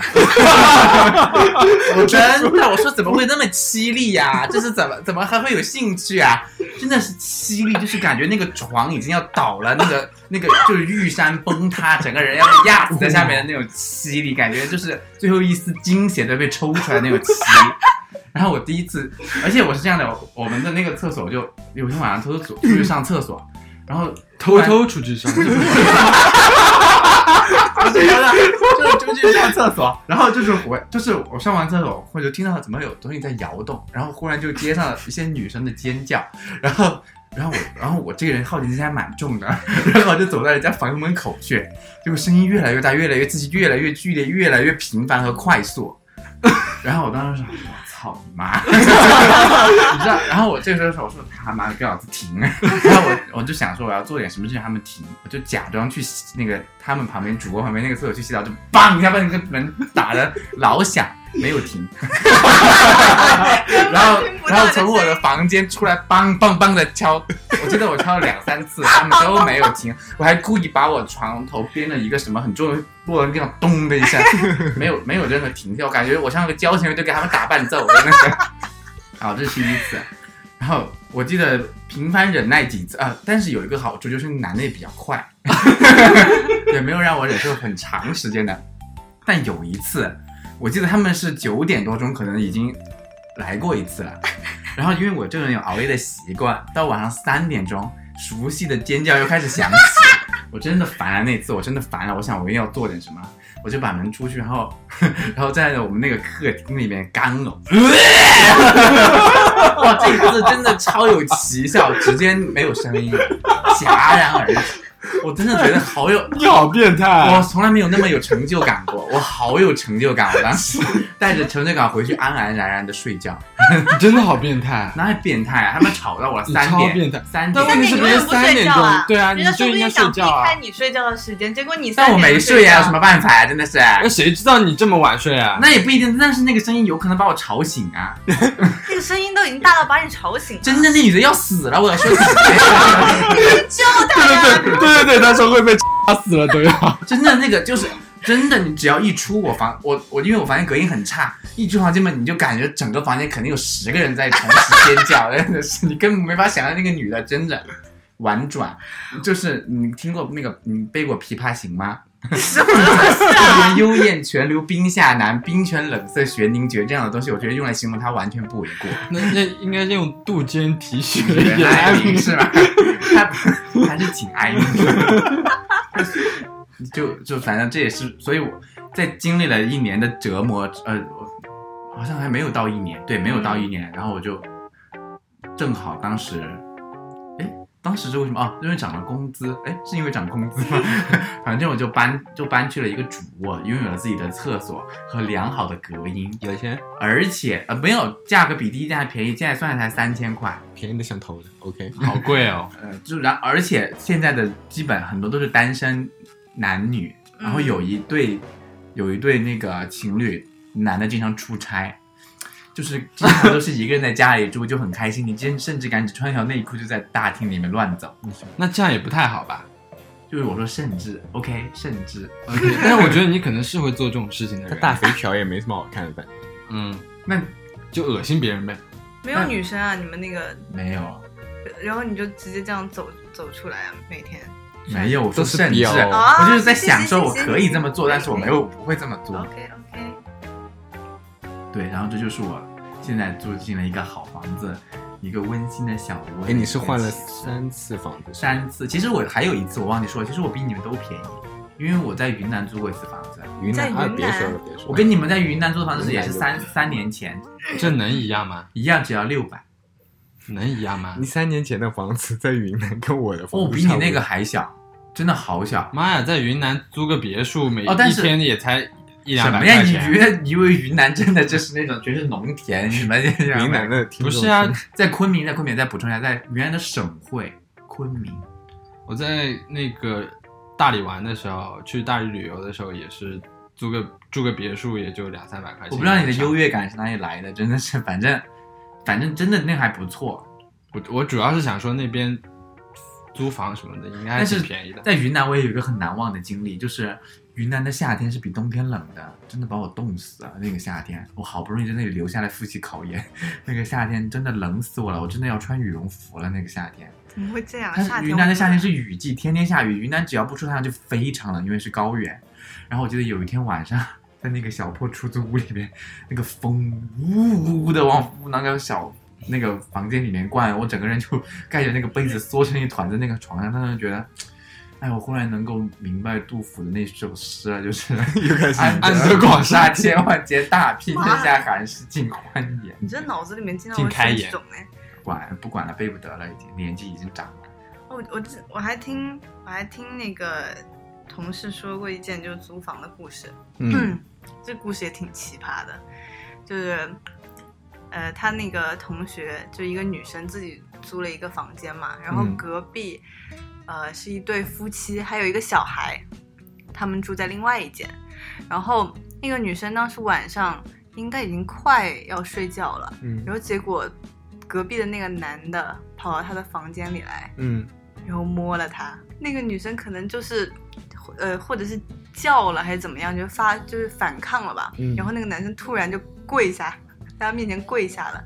D: 我真的，我说怎么会那么凄厉呀、这是怎么怎么还会有兴趣啊？真的是凄厉，就是感觉那个床已经要倒了，那个 那个就是玉山崩塌，整个人要被压死在下面的那种凄厉，感觉就是最后一丝精血都被抽出来那种凄 厉。然后我第一次，而且我是这样的，我我们的那个厕所就有一天晚上偷偷走出去上厕所，然后
F: 偷偷出去上，
D: 我觉得就是出去上厕所，然后就是我就是我上完厕所，我就听到怎么有东西在摇动，然后忽然就接上了一些女生的尖叫，然后。然后我，然后我这个人好奇心还蛮重的， 然后我就走到人家房门口去，结果声音越来越大，越来越刺激，越来越剧烈，越来越频繁和快速。 然后我当时说：“我操你妈！” 你知道？然后我这个时候我说：“他妈的，给老子停！” 然后我我就想说我要做点什么事情让他们停，我就假装去洗那个他们旁边主播旁边那个厕所去洗澡，就梆一下把那个门打的老响，没有停。 然后
C: 听不到
D: 然后从我的房间出来，梆梆梆的敲，我记得我敲了两三次，他们都没有停。我还故意把我床头边的一个什么很重要的落的地方咚的一下，没有没有任何停跳，感觉我像个交响乐队给他们打伴奏，我真的是。好，这是第一次。然后我记得频繁忍耐几次啊、但是有一个好处就是男的也比较快，也没有让我忍受很长时间的。但有一次，我记得他们是九点多钟，可能已经来过一次了。然后因为我这个人有熬夜的习惯，到晚上三点钟，熟悉的尖叫又开始响起，我真的烦了。那次我真的烦了，我想我一定要做点什么，我就把门出去，然后 然后站在我们那个客厅里面干呕。哇，这一次真的超有奇效，直接没有声音，戛然而止。我真的觉得好有
E: 你好变态啊
F: 哎
D: 我！从来没有那么有成就感过， 我好有成就感，我当 时带着成就感回去安安然然的睡觉，
F: 你真的好变态。
D: 哪里变态啊？他们吵到我了
F: 你
D: 三
F: 超
D: 点，
F: 变态
D: 三
F: 但问
D: 点
F: 题是
C: 你
F: 别
C: 为
F: 人
C: 什么不
F: 三
C: 睡
F: 点
C: 觉
F: 钟
C: 啊，
F: 对啊，你
C: 人家
F: 就
C: 说不
F: 应该
C: 定
F: 睡
C: 想避
F: 觉啊
C: 开。你睡觉的时间，结果你
D: 但
C: 三
D: 我
C: 点
D: 没
C: 就
D: 睡
C: 睡
D: 呀、
C: 觉
D: 有什么办法呀、真的是，
F: 那哎谁知道你这么晚睡啊？
D: 那也不一定，但是那个声音有可能把我吵醒啊！
C: 那个声音都已经大到把你吵醒了，
D: 真正那女的要死了，我要说死，
C: 救他 呀！
F: 对对对，他说会被打死了都要。
D: 真的那个就是。真的，你只要一出我房，我我因为我房间隔音很差，一出房间门你就感觉整个房间肯定有十个人在同时尖叫， 真的是你根本没法想象那个女的真的婉转，就是你听过那个你背过《琵琶行》吗？
C: 什么东西
D: 特
C: 啊？
D: 别幽艳泉流冰下难，冰泉冷色悬凝绝这样的东西，我觉得用来形容她完全不为过。
F: 那那应该用杜鹃啼血
D: 原
F: 也
D: 来
F: 来
E: 哎
D: 你是吧？他还是挺爱你的，就就反正这也是，所以我在经历了一年的折磨，呃，我好像还没有到一年，对，没有到一年，然后我就正好当时，哎，当时是为什么啊？因为涨了工资，哎，是因为涨工资吗？ 反正我就搬就搬去了一个主卧，拥有了自己的厕所和良好的隔音，
F: 有钱，
D: 而且呃没有价格比第一家还便宜，现在算下来才三千块。
E: 便宜的像头的，OK。
F: 好贵哦。
D: 呃，就然而且现在的基本很多都是单身男女，
C: 嗯
D: 然后有一对有一对那个情侣，男的经常出差，就是经常都是一个人在家里住就很开心，你甚甚至敢只穿条内裤就在大厅里面乱走，
F: 那这样也不太好吧
D: 就是我说甚至 OK 甚至，
F: ？OK，但是我觉得你可能是会做这种事情的
E: 他
F: 人。
E: 大肥瓢也没什么好看的，反正
F: 嗯，
D: 那
F: 就恶心别人呗。
C: 没有女生啊，你们那个，
D: 没有
C: 然后你就直接这样走走出来啊，每天。
D: 没有，我说
E: 都是
D: 甚至，
E: 标
D: 哦我就是在
C: 啊
D: 享受我
C: 行行
D: 可以这么做，
C: 行
D: 但是我
C: 行
D: 没有不会这么做。
C: OK OK，
D: 对，然后这就是我现在住进了一个好房子，一个温馨的小窝。
E: 哎，你是换了三次房子？
D: 三次？其实我还有一次我忘记说了，其实我比你们都便宜，因为我在云南租过一次房子。
E: 云
C: 在
E: 南啊，
C: 云
E: 别
C: 南
E: 说了，别说了。
D: 我跟你们在云南租的房子
E: 云
D: 也
E: 南
D: 是
E: 有
D: 三三年前，
F: 这能一样吗？
D: 一样只要六百。
F: 能一样吗
E: 你？三年前的房子在云南跟我的房
D: 哦，
E: 子
D: 比
E: 差
D: 你
E: 不多
D: 那个还小，真的好小。
F: 妈呀，在云南租个别墅，每
D: 哦但
F: 一
D: 是
F: 天也才一两
D: 什
F: 百
D: 么呀？
F: 块
D: 你觉
F: 钱。
D: 得以为云南真的就是那种全是农田？你们这样
E: 云南的听
F: 不
E: 众
F: 是啊，
D: 在昆明，在昆明再补充一下，在云南的省会昆明。
F: 我在那个大理玩的时候，去大理旅游的时候也是租个住个别墅，也就两三百块钱。
D: 我不知道你的优，越感是哪里来的，真的是，反正，反正真的那还不错。
F: 我我主要是想说那边租房什么的应该
D: 但是
F: 挺便宜的。
D: 在云南，我也有一个很难忘的经历，就是云南的夏天是比冬天冷的，真的把我冻死了。那个夏天，我好不容易在那里留下来复习考研， 那个夏天真的冷死我了，我真的要穿羽绒服了。那个夏天，
C: 怎么会这样？
D: 但
C: 啊夏
D: 是
C: 天
D: 云南的夏天
C: 是
D: 是雨季，天天下雨。云南只要不出太阳就非常冷，因为是高原。然后我记得有一天晚上，在那个小破出租屋里面，那个风呜呜呜的往那个小那个房间里面灌，我整个人就盖着那个被子缩成一团在那个床上，当时觉得。哎，我忽然能够明白杜甫的那首诗了，就是“
E: 又开始
D: 安
F: 暗自
D: 广厦千万间，大 庇天下寒士尽欢颜”。
C: 你这脑子里面经常
F: 进
C: 会
F: 开
C: 说这
F: 眼
C: 种哎。
D: 不管不管了，背不得了，已经年纪已经长了。
C: 我哦我之我还听我还听那个同事说过一件就是租房的故事，
E: 嗯，
C: 这故事也挺奇葩的，就是呃，他那个同学就一个女生自己租了一个房间嘛，然后
E: 嗯
C: 隔壁、呃是一对夫妻，还有一个小孩，他们住在另外一间，然后那个女生当时晚上应该已经快要睡觉了，
E: 嗯
C: 然后结果隔壁的那个男的跑到她的房间里来，
E: 嗯，
C: 然后摸了她。那个女生可能就是，呃，或者是叫了还是怎么样，就发就是反抗了吧。
E: 嗯
C: 然后那个男生突然就跪下，在她面前跪下了，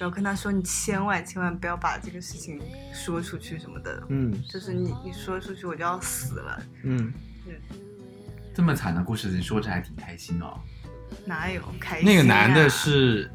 C: 然后跟她说：“你千万千万不要把这个事情说出去什么的，
E: 嗯
C: 就是你你说出去我就要死了。
E: 嗯，
D: 这么惨的故事，你说着还挺开心哦。
C: 哪有开心、啊
F: 那个男的，是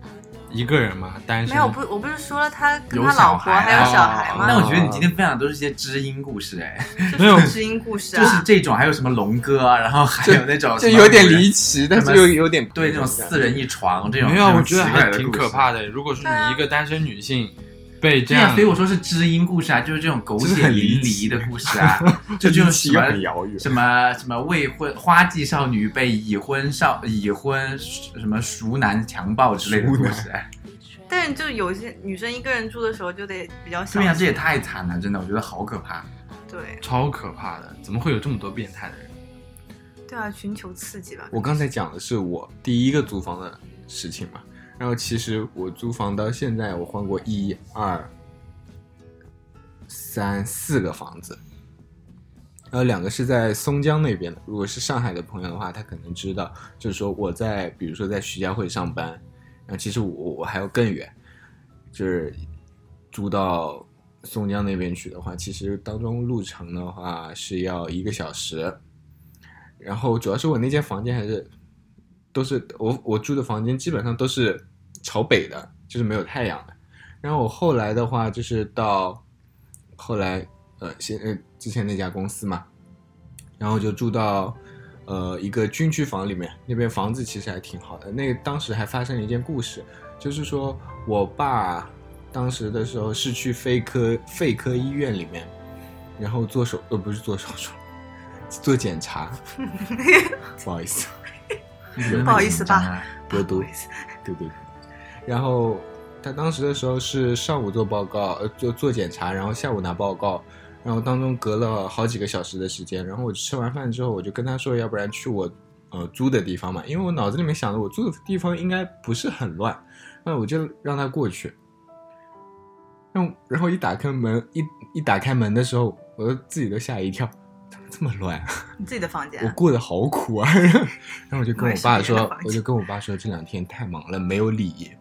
F: 一个人嘛，单身。
C: 没有，不，我不是说了他跟
D: 有
C: 他
D: 小
C: 老婆
D: 孩哦
C: 还有
F: 啊
C: 小孩吗？
D: 那我觉得你今天分享的都是一些知音故事，哎，
C: 没
F: 没有
C: 知音故事啊，
D: 就是这种，还有什么龙哥啊，然后还有那种
B: 就
D: 什么
B: 有点离奇，但是又有点
D: 对那种四人一床这种，
F: 没有，我觉得还
D: 还
F: 挺可怕的。如果说
C: 啊
F: 你一个单身女性被这
D: 对呀，
F: 样，
D: 所以我说是知音故事啊，就是这种狗
E: 就是
D: 血
E: 很离
D: 淋
E: 奇
D: 漓的故事啊，就这种什
E: 又
D: 么
E: 很遥远。
D: 什么什么未婚花季少女被已婚少已婚什么熟男强暴之类的故事，哎
C: 但是就有些女生一个人住的时候就得比较小
D: 对呀、这
C: 心。
D: 也太惨了，真的，我觉得好可怕。
C: 对
F: 超可怕的，怎么会有这么多变态的人？
C: 对啊，寻求刺激吧。
E: 我刚才讲的是我第一个租房的事情嘛，然后其实我租房到现在，我换过一二三四个房子，然后两个是在松江那边的。如果是上海的朋友的话，他可能知道，就是说我在比如说在徐家汇上班，然后其实我我还要更远，就是租到松江那边去的话，其实当中路程的话是要一个小时。然后主要是我那间房间还是都是我我住的房间基本上都是朝北的，就是没有太阳的。然后我后来的话就是到后来呃先呃之前那家公司嘛，然后就住到呃一个军区房里面，那边房子其实还挺好的。那个当时还发生了一件故事，就是说我爸当时的时候是去肺科肺科医院里面，然后做手呃不是做手术，做检查，不好意思，
C: 不好意思吧
D: 真的很紧张啊，
E: 有毒
C: 不好意思，
E: 对对对。然后他当时的时候是上午做报告，呃，做做检查，然后下午拿报告，然后当中隔了好几个小时的时间。然后我吃完饭之后，我就跟他说，要不然去我呃租的地方嘛，因为我脑子里面想的我租的地方应该不是很乱，那我就让他过去。然后然后一打开门，一一打开门的时候，我都自己都吓一跳，怎么这么乱啊？
C: 你自己的房间
E: 我
C: 啊，
E: 过得好苦啊。然后我就跟我爸
C: 我也是别的
E: 说
C: 房，间
E: 我就跟我爸说这两天太忙了，没有理。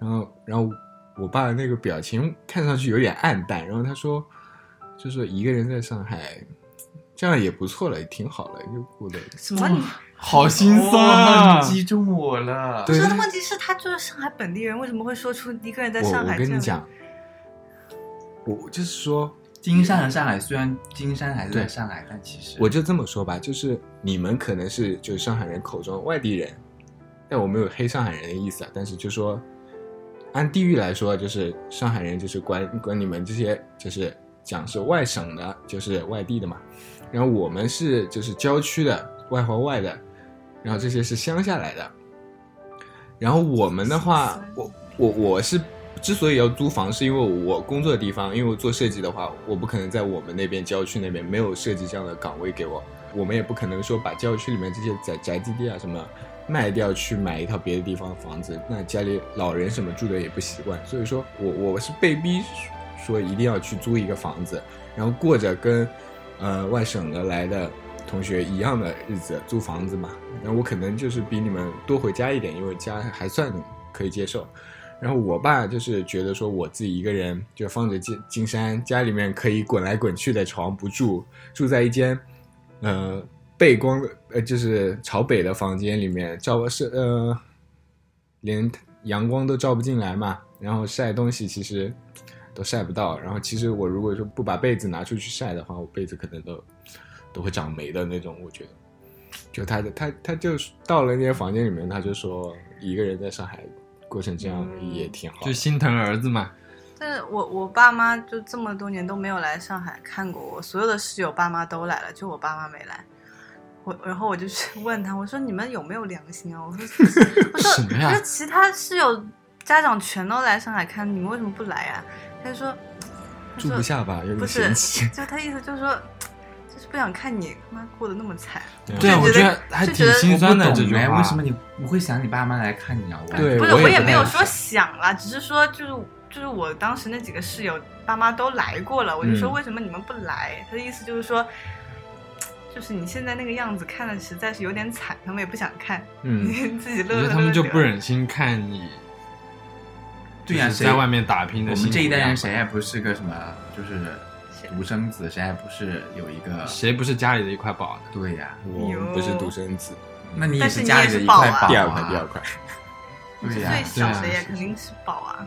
E: 然后，然后我爸的那个表情看上去有点暗淡。然后他说，就说一个人在上海，这样也不错了，也挺好了，就过得。
C: 什么？你
F: 好心酸
D: 哇
F: 啊！
D: 你击中我了。
E: 对
C: 这个问题是，他就是上海本地人，为什么会说出一个人在
E: 我
C: 上
E: 我
C: 海？
E: 跟你，讲，我就是说，
D: 金山和上海虽然金山还是在
E: 对
D: 上海，但其实
E: 我就这么说吧，就是你们可能是就是上海人口中外地人，但我没有黑上海人的意思啊。但是就说按地域来说，就是上海人就是管管你们这些就是讲是外省的，就是外地的嘛。然后我们是就是郊区的外环外的，然后这些是乡下来的。然后我们的话，我我我是之所以要租房，是因为我工作的地方，因为我做设计的话，我不可能在我们那边郊区那边没有设计这样的岗位给我，我们也不可能说把郊区里面这些宅宅基地啊什么卖掉去买一套别的地方的房子，那家里老人什么住的也不习惯，所以说我我是被逼说一定要去租一个房子，然后过着跟呃外省的来的同学一样的日子，租房子嘛。然后我可能就是比你们多回家一点，因为家还算可以接受。然后我爸就是觉得说，我自己一个人就放着金金山，家里面可以滚来滚去的床不住，住在一间呃背光的呃就是朝北的房间里面，照是呃连阳光都照不进来嘛，然后晒东西其实都晒不到。然后其实我如果说不把被子拿出去晒的话，我被子可能都都会长霉的那种，我觉得。就他的他他就是到了那间房间里面，他就说一个人在上海过成这样
C: 嗯
E: 也挺好的。
F: 就心疼儿子嘛，
C: 但是我我爸妈就这么多年都没有来上海看过我，所有的室友爸妈都来了，就我爸妈没来。我然后我 就去问他，我说你们有没有良心啊？我说我说
F: 什
E: 哎
F: 么
C: 我
F: 呀
C: 说其他室友家长全都来上海看，你们为什么不来呀、他就说他
E: 住
C: 说
E: 不下吧，有
C: 不
E: 点
C: 是
E: 嫌弃。
C: 就他意思就是说，就是不想看你他妈过得那么惨。
F: 对啊，
C: 就
F: 我
C: 觉
F: 觉
C: 得
F: 得还
C: 就
F: 挺
C: 觉得
D: 我
F: 心
D: 不
F: 酸的
D: 懂
F: 这句
D: 哎
F: 话。
D: 为什么你不会想你爸妈来看你啊？我
E: 对
C: 不是，
E: 我也
C: 我也
E: 不
C: 没
E: 太
C: 有
E: 想
C: 说想啦，只是说就是就是我当时那几个室友爸妈都来过了，我就说
E: 嗯
C: 为什么你们不来？他的意思就是说，就是你现在那个样子看的实在是有点惨，他们也不想看，
E: 嗯，
C: 自己
F: 我
C: 乐
F: 觉
C: 呵
F: 得
C: 呵
F: 他们就
C: 得
F: 不忍心看你，
D: 对呀、
F: 就是
D: 谁
F: 在外面打拼的啊
D: 我
F: 辛
D: 们
F: 苦
D: 这一代
F: 样
D: 人
F: 子
D: 谁也不是个什么，就是
C: 谁
D: 独生子，谁也不是有一个
F: 谁不是家里的一块宝呢？
D: 对呀、
E: 我不是独生子，
D: 那你
C: 但是
D: 是
C: 你
D: 家
C: 也
D: 里
C: 是
D: 的一
C: 宝
D: 块
C: 啊
D: 宝
E: 第二块，第二
D: 啊，
E: 块。
C: 你是
D: 对呀
C: 最小的
F: 对呀
C: 耶，
F: 是
C: 肯定吃饱啊。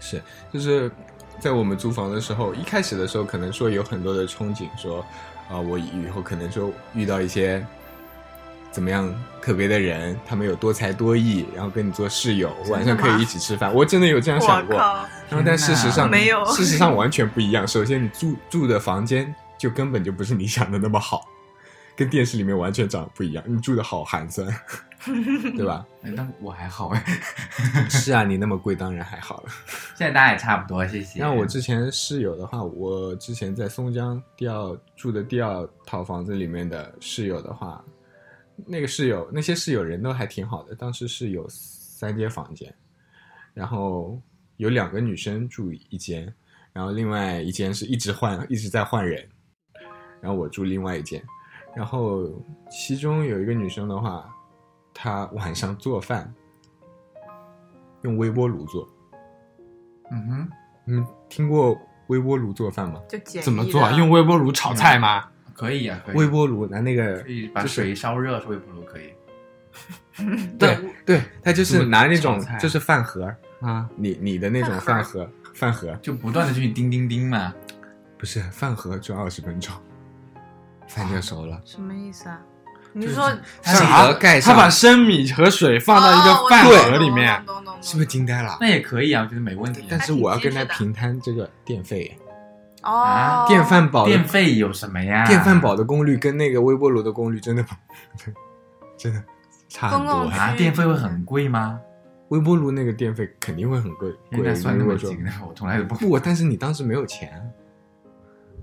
E: 是，就是在我们租房的时候，一开始的时候可能说有很多的憧憬，说啊、我以后可能说遇到一些怎么样特别的人，他们有多才多艺，然后跟你做室友，晚上可以一起吃饭。我真的有这样想
C: 我
E: 过，
C: 靠，
E: 然后但事实上
C: 没有
E: 事实上完全不一样。首先，你住住的房间就根本就不是你想的那么好，跟电视里面完全长得不一样。你住的好寒酸，对吧？
D: 哎但我还好哎，
C: 嗯
E: 是啊，你那么贵当然还好了。
D: 现在大家也差不多，谢谢。
E: 那我之前室友的话，我之前在松江第二住的第二套房子里面的室友的话，那个室友那些室友人都还挺好的，当时是有三间房间，然后有两个女生住一间，然后另外一间是一直换一直在换人，然后我住另外一间，然后其中有一个女生的话，她晚上做饭用微波炉做。
D: 嗯哼，
E: 你们听过微波炉做饭吗？
C: 就简易
F: 怎么做啊？
C: 的
F: 用微波炉炒菜吗？
D: 可以哎呀，可以
E: 微波炉拿那个
D: 可，以把水烧热，微波炉可以。
E: 对对，它就是拿那种
D: 炒菜
E: 就是饭盒儿，
F: 啊，
E: 你你的那种饭盒，饭盒
D: 就不断的去叮叮叮嘛，
E: 不是饭盒就二十分钟，饭就熟了。
C: 什么意思啊？你是说
D: 它
E: 上
D: 啥
E: 盒盖
F: 他
E: 上，
F: 把生米和水放到一
C: 哦
F: 个饭盒里面，，
C: 哦我懂懂懂懂懂懂
E: 是不是惊呆了
D: 那？也可以啊，我觉得没问题啊。
E: 但是
C: 还挺
E: 我要跟
C: 机
E: 他
C: 智的
E: 平摊这个电费，
C: 哦
D: 啊，
E: 电饭煲的
D: 电费有什么呀？
E: 电饭煲的功率跟那个微波炉的功率真的不 真的差很
C: 公
E: 多。
C: 共
D: 啊，电费会很贵吗？
E: 微波炉那个电费肯定会很贵，
D: 现
E: 贵
D: 在算那
E: 如
D: 么
E: 果说
D: 紧的，我从来都不。
E: 不，但是你当时没有钱啊。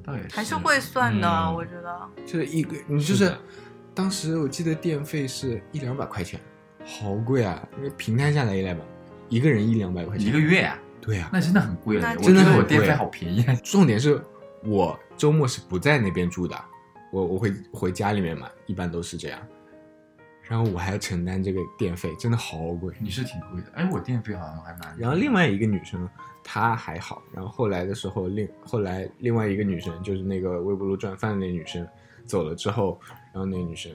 D: 倒也
C: 还是会算的，
D: 嗯
C: 我觉得。
E: 就是一个，你就是是
D: 的
E: 当时我记得电费是一两百块钱，好贵啊！因为平摊下来一两百，一个人一两百块钱
D: 一个。月啊，
E: 对啊，
D: 那真的很贵了
C: 那。
D: 我
E: 真的
D: 觉得
E: 很
D: 我电
E: 贵
D: 费好便宜啊。
E: 重点是我周末是不在那边住的，我我会回家里面嘛，一般都是这样。然后我还要承担这个电费，真的好贵。
D: 你是挺贵的，哎，我电费好像还蛮。
E: 然后另外一个女生她还好，然后后来的时候另后来另外一个女生就是那个微波炉转饭的那女生走了之后，然后那女生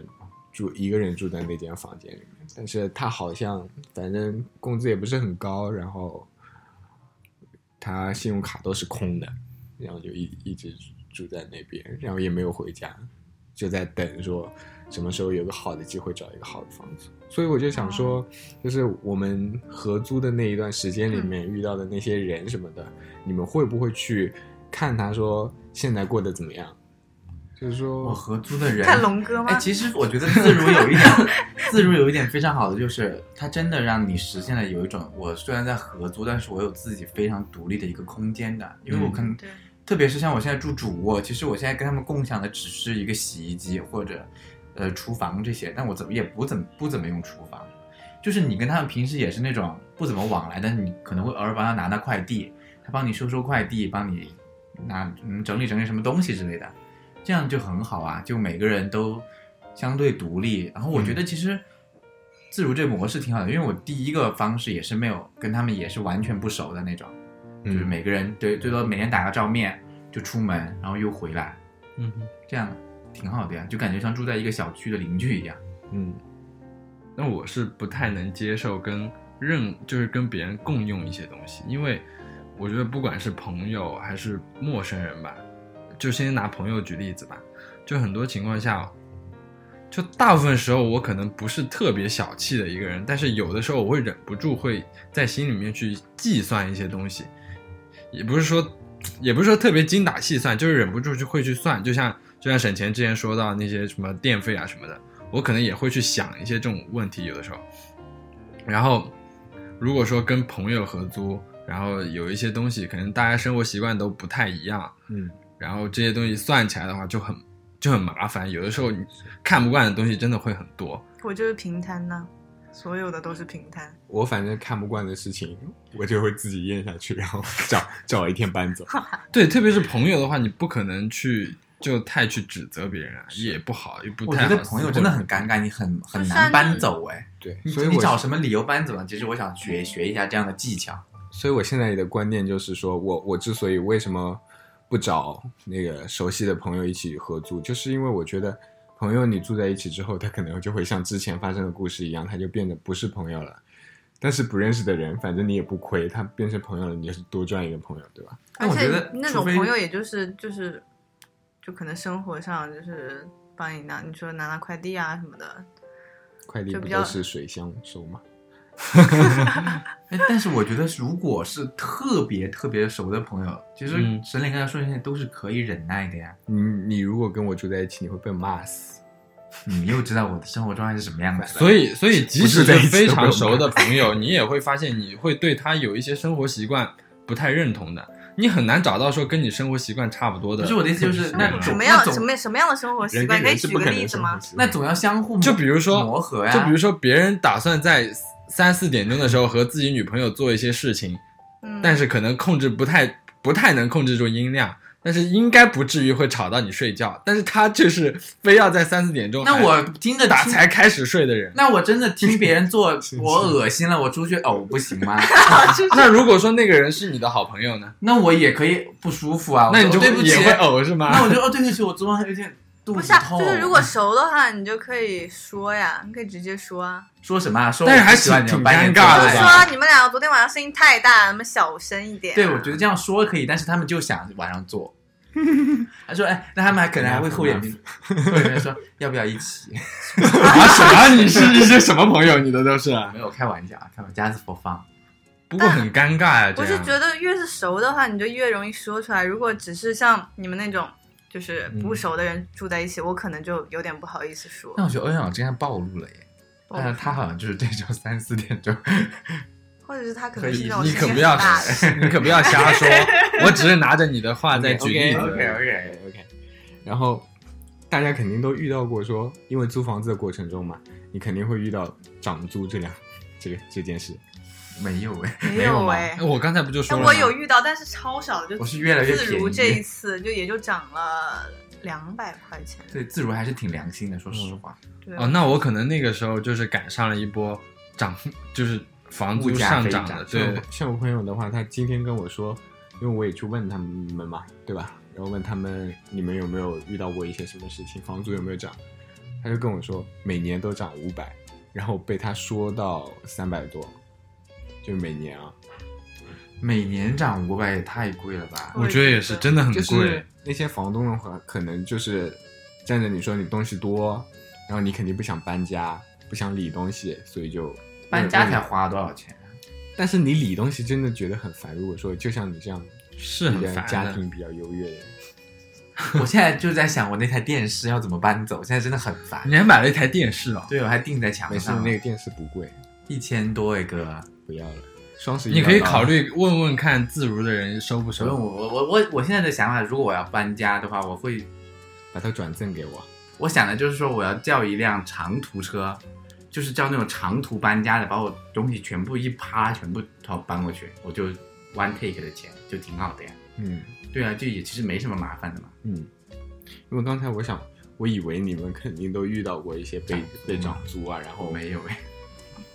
E: 住一个人住在那间房间里面，但是她好像反正工资也不是很高，然后她信用卡都是空的，然后就一一直住在那边，然后也没有回家，就在等说什么时候有个好的机会找一个好的房子。所以我就想说，就是我们合租的那一段时间里面遇到的那些人什么的，你们会不会去看他说现在过得怎么样？就是
D: 我
E: 说，
D: 合租的人
C: 看龙哥吗
D: 哎，？其实我觉得自如 有一点，自如有一点非常好的就是，它真的让你实现了有一种，我虽然在合租，但是我有自己非常独立的一个空间的，因为我可能，
C: 对
D: 特别是像我现在住主卧，其实我现在跟他们共享的只是一个洗衣机或者呃厨房这些，但我怎么也不怎么不怎么用厨房，就是你跟他们平时也是那种不怎么往来，但是你可能会偶尔帮他拿拿快递，他帮你收收快递，帮你拿嗯整理整理什么东西之类的，这样就很好啊，就每个人都相对独立。然后我觉得其实自如这模式挺好的，因为我第一个方式也是没有跟他们也是完全不熟的那种，
E: 嗯
D: 就是每个人对最多每天打个照面就出门，然后又回来，
F: 嗯，
D: 这样挺好的呀，就感觉像住在一个小区的邻居一样。
E: 嗯，
F: 那我是不太能接受跟任就是跟别人共用一些东西，因为我觉得不管是朋友还是陌生人吧，就先拿朋友举例子吧，就很多情况下，就大部分时候我可能不是特别小气的一个人，但是有的时候我会忍不住会在心里面去计算一些东西，也不是说也不是说特别精打细算，就是忍不住就会去算，就像就像沈前之前说到那些什么电费啊什么的，我可能也会去想一些这种问题，有的时候。然后，如果说跟朋友合租，然后有一些东西可能大家生活习惯都不太一样，
E: 嗯，
F: 然后这些东西算起来的话就很就很麻烦，有的时候你看不惯的东西真的会很多。
C: 我就是平摊呐，所有的都是平摊。
E: 我反正看不惯的事情，我就会自己咽下去，然后找找一天搬走。
F: 对，特别是朋友的话，你不可能去就太去指责别人啊，也不好，也不
D: 我
F: 太好。
D: 觉得朋友真的很尴尬，你很很
C: 算
D: 难
C: 是
D: 搬走哎。
E: 对，
D: 你
E: 所以
D: 你
E: 我
D: 找什么理由搬走呢？啊其实我想学学一下这样的技巧。
E: 所以我现在的观念就是说，我我之所以为什么不找那个熟悉的朋友一起合租，就是因为我觉得朋友你住在一起之后，他可能就会像之前发生的故事一样，他就变得不是朋友了。但是不认识的人，反正你也不亏，他变成朋友了，你就是多赚一个朋友，对吧？
D: 但
C: 而
D: 我觉
C: 且
D: 得
C: 那
D: 除
C: 种
D: 非
C: 朋友也就是就是，就可能生活上就是帮你拿，你说拿拿快递啊什么的，
E: 快递
C: 就
E: 不
C: 比
E: 都
C: 较
E: 是水箱收吗？
D: 哎，但是我觉得，如果是特别特别熟的朋友，其实
F: 嗯
D: 沈磊刚才说那些都是可以忍耐的呀。
E: 你你如果跟我住在一起，你会被骂死。
D: 你又知道我的生活状态是什么样子的，
F: 所以，所以即
E: 不是
F: 使是
E: 在一起
F: 非
E: 都不
F: 常
E: 用
F: 熟的朋友，你也会发现你会对他有一些生活习惯不太认同的，你很难找到说跟你生活习惯差不多的。
D: 不是我的意思，就是
E: 嗯
D: 那
E: 嗯
D: 种
C: 什么
D: 那
C: 样
D: 种
C: 什么什么样的生活习
E: 人
C: 惯，
E: 跟
C: 你可以
E: 人是
C: 举
E: 不
C: 个
E: 可
C: 例
E: 能
C: 子
E: 生
C: 吗
E: 活？习
D: 那
E: 惯。
D: 总要相互磨
F: 就比如说
D: 磨哎合呀，
F: 就比如说别人打算在三四点钟的时候和自己女朋友做一些事情，
C: 嗯，
F: 但是可能控制不太不太能控制住音量，但是应该不至于会吵到你睡觉。但是他就是非要在三四点钟，
D: 那我听着
F: 打
D: 听
F: 才开始睡 的人。
D: 那我真的听别人 做，我恶心了，我出去呕不行吗？
F: 那如果说那个人是你的好朋友呢？
D: 那我也可以不舒服啊，我
F: 那你
D: 说
F: 就
D: 哦对不
F: 也
D: 起，
F: 会呕是吗？
D: 那我就哦对不起，我昨晚有点肚
C: 不
D: 子
C: 是、啊，
D: 痛。
C: 就是如果熟的话，你就可以说呀，你可以直接说啊，
D: 说什么啊，说
F: 但是
D: 我
F: 还
D: 不喜欢
F: 挺
D: 你我半夜
F: 挺尴尬
C: 就
D: 做
F: 的
C: 是
D: 饭
F: 吧
C: 说啊你们俩昨天晚上声音太大，你们小声一点啊、
D: 对，我觉得这样说可以，但是他们就想晚上做。 他说：“哎，那他们还可能还会厚 脸皮，厚脸皮说要不要一起？
F: 啊什么？你是一些什么朋友？你的都 是？
D: 没有开玩笑，啊开玩笑，just for fun。
F: 不过很尴尬呀、这
C: 我是
D: 啊
F: 样。
C: 觉得越是熟的话，你就越容易说出来。如果只是像你们那种就是
D: 嗯
C: 不熟的人住在一起，我可能就有点不好意思说。
D: 那我觉得欧阳老师现在暴露了耶，
C: 暴露
D: 但是他好像就是这种三四点钟，
C: 或者是他可
D: 可
C: 能
D: 以
C: 是那种
F: 你
C: 心
F: 可不
C: 很
F: 要
C: 大的，
F: 你可不要瞎说，我只是拿着你的话在举例子。
D: OK，
E: OK，然后大家肯定都遇到过说，因为租房子的过程中嘛，你肯定会遇到涨租这两这个这件事。
D: 没有哎，
C: 没
D: 没有
C: 有
D: 吗
C: 哎、
F: 我刚才不就说
C: 哎，
F: 了吗？
C: 我有遇到，但是超少的，就
D: 我是越来越
C: 自如这
D: 便宜
C: 一次就也就涨了两百块钱。
D: 对，自如还是挺良心的，说实话。
C: 对，
F: 哦，那我可能那个时候就是赶上了一波涨，就是房租上涨
D: 物价飞
F: 的，
D: 涨
F: 对，
E: 像我像我朋友的话，他今天跟我说，因为我也去问他们嘛，对吧？然后问他们你们有没有遇到过一些什么事情，房租有没有涨？他就跟我说每年都涨五百，然后被他说到三百多，就每年啊，
D: 每年涨五百也太贵了吧？
F: 我觉得也是真的很
E: 就
F: 贵
E: 是。那些房东的话，可能就是站着你说你东西多，然后你肯定不想搬家，不想理东西，所以就
D: 搬家才。花多少钱？啊
E: 但是你理东西真的觉得很烦。如果说就像你这样
F: 是很
E: 比较
F: 烦的
E: 家庭比较优越的人，
D: 我现在就在想，我那台电视要怎么搬走？现在真的很烦。
F: 你还买了一台电视哦，
D: 对，我还钉在墙
E: 没事，
D: 上，
E: 那个电视不贵，
D: 一千多一个。
E: 不要了。双十一
F: 你可以
E: 到了
F: 考，虑问问看自如的人收不
D: 所以我
F: 收。
D: 我我我我现在的想法，如果我要搬家的话，我会
E: 把它转赠给我。
D: 我想的就是说，我要叫一辆长途车，就是叫那种长途搬家的，把我东西全部一趴全部都搬过去，我就 one take 的钱就挺好的呀。
E: 嗯
D: 对啊，就也其实没什么麻烦的嘛。
E: 嗯，因为刚才我想，我以为你们肯定都遇到过一些被
D: 涨租
E: 被
D: 吗
E: 涨租啊，然后
D: 我没有哎，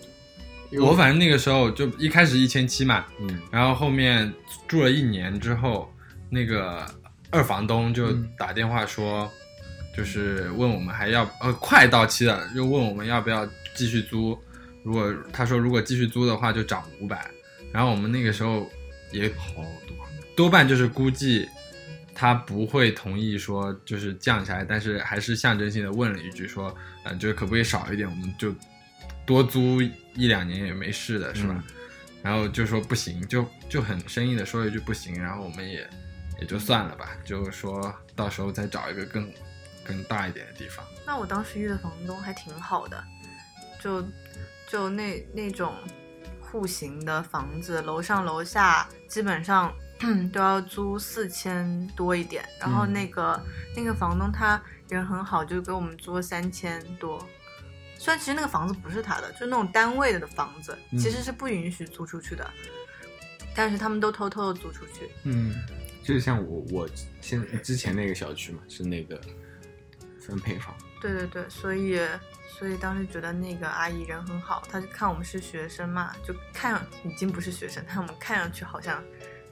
E: 因为
F: 我反正那个时候就一开始一千七嘛，
E: 嗯
F: 然后后面住了一年之后，那个二房东就打电话说，就是问我们还要呃快到期了，就问我们要不要继续租。如果他说如果继续租的话就涨五百，然后我们那个时候也好多，多半就是估计他不会同意说就是降下来，但是还是象征性的问了一句说，嗯、就是可不可以少一点，我们就多租一两年也没事的，是吧？
E: 嗯
F: 然后就说不行，就就很生硬的说了一句不行，然后我们也也就算了吧，就说到时候再找一个更更大一点的地方。
C: 那我当时遇的房东还挺好的，就就那那种户型的房子，楼上楼下基本上都要租四千多一点。然后那个、那个房东他人很好，就给我们租了三千多。虽然其实那个房子不是他的，就是那种单位的房子，其实是不允许租出去的，但是他们都偷偷的租出去。
E: 嗯，就是像我我现之前那个小区嘛，是那个分配房。
C: 对对对，所以所以当时觉得那个阿姨人很好，她就看我们是学生嘛，就看上已经不是学生，但我们看上去好像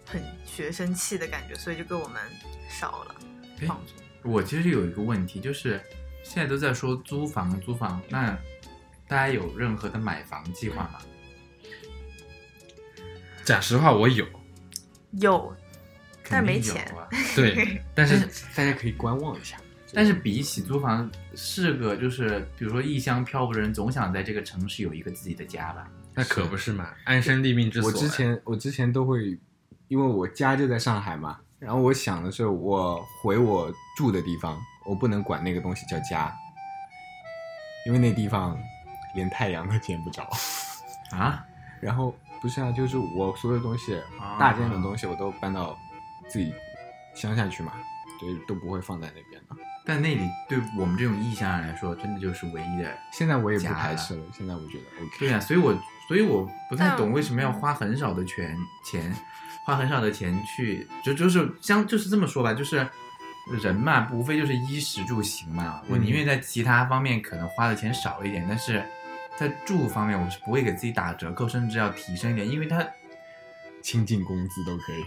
C: 很学生气的感觉，所以就给我们少了
D: 哎
C: 房租。
D: 我其实有一个问题，就是现在都在说租房租房，那大家有任何的买房计划吗？
F: 讲实话，我有，
C: 有，但没
D: 肯定有
C: 钱
D: 啊。
F: 对，
D: 但
B: 但
D: 是
E: 嗯
B: 是大家可以观望一下。
D: 但是比起租房，是个就是比如说异乡漂泊的人，总想在这个城市有一个自己的家吧。
F: 那可不是嘛，安身立命之所啊
E: 我
F: 呀。
E: 之前我之前都会，因为我家就在上海嘛，然后我想的是我回我住的地方，我不能管那个东西叫家，因为那地方连太阳都见不着。
D: 啊，
E: 然后不是啊，就是我所有东西，
D: 啊
E: 大件的东西我都搬到自己乡下去嘛，对，都不会放在那边的。
D: 但那里对我们这种异乡人来说，真的就是唯一的。
E: 现在我也不
D: 家
E: 排
D: 了
E: 斥了，现在我觉得 OK。
D: 对呀、所以我所以我不太
C: 但
D: 懂为什么要花很少的钱钱，花很少的钱去，就就是相就是这么说吧，就是人嘛，无非就是衣食住行嘛。我
E: 嗯
D: 宁愿在其他方面可能花的钱少一点，但是在住方面，我是不会给自己打折扣，甚至要提升一点，因为它
E: 亲近工资都可以。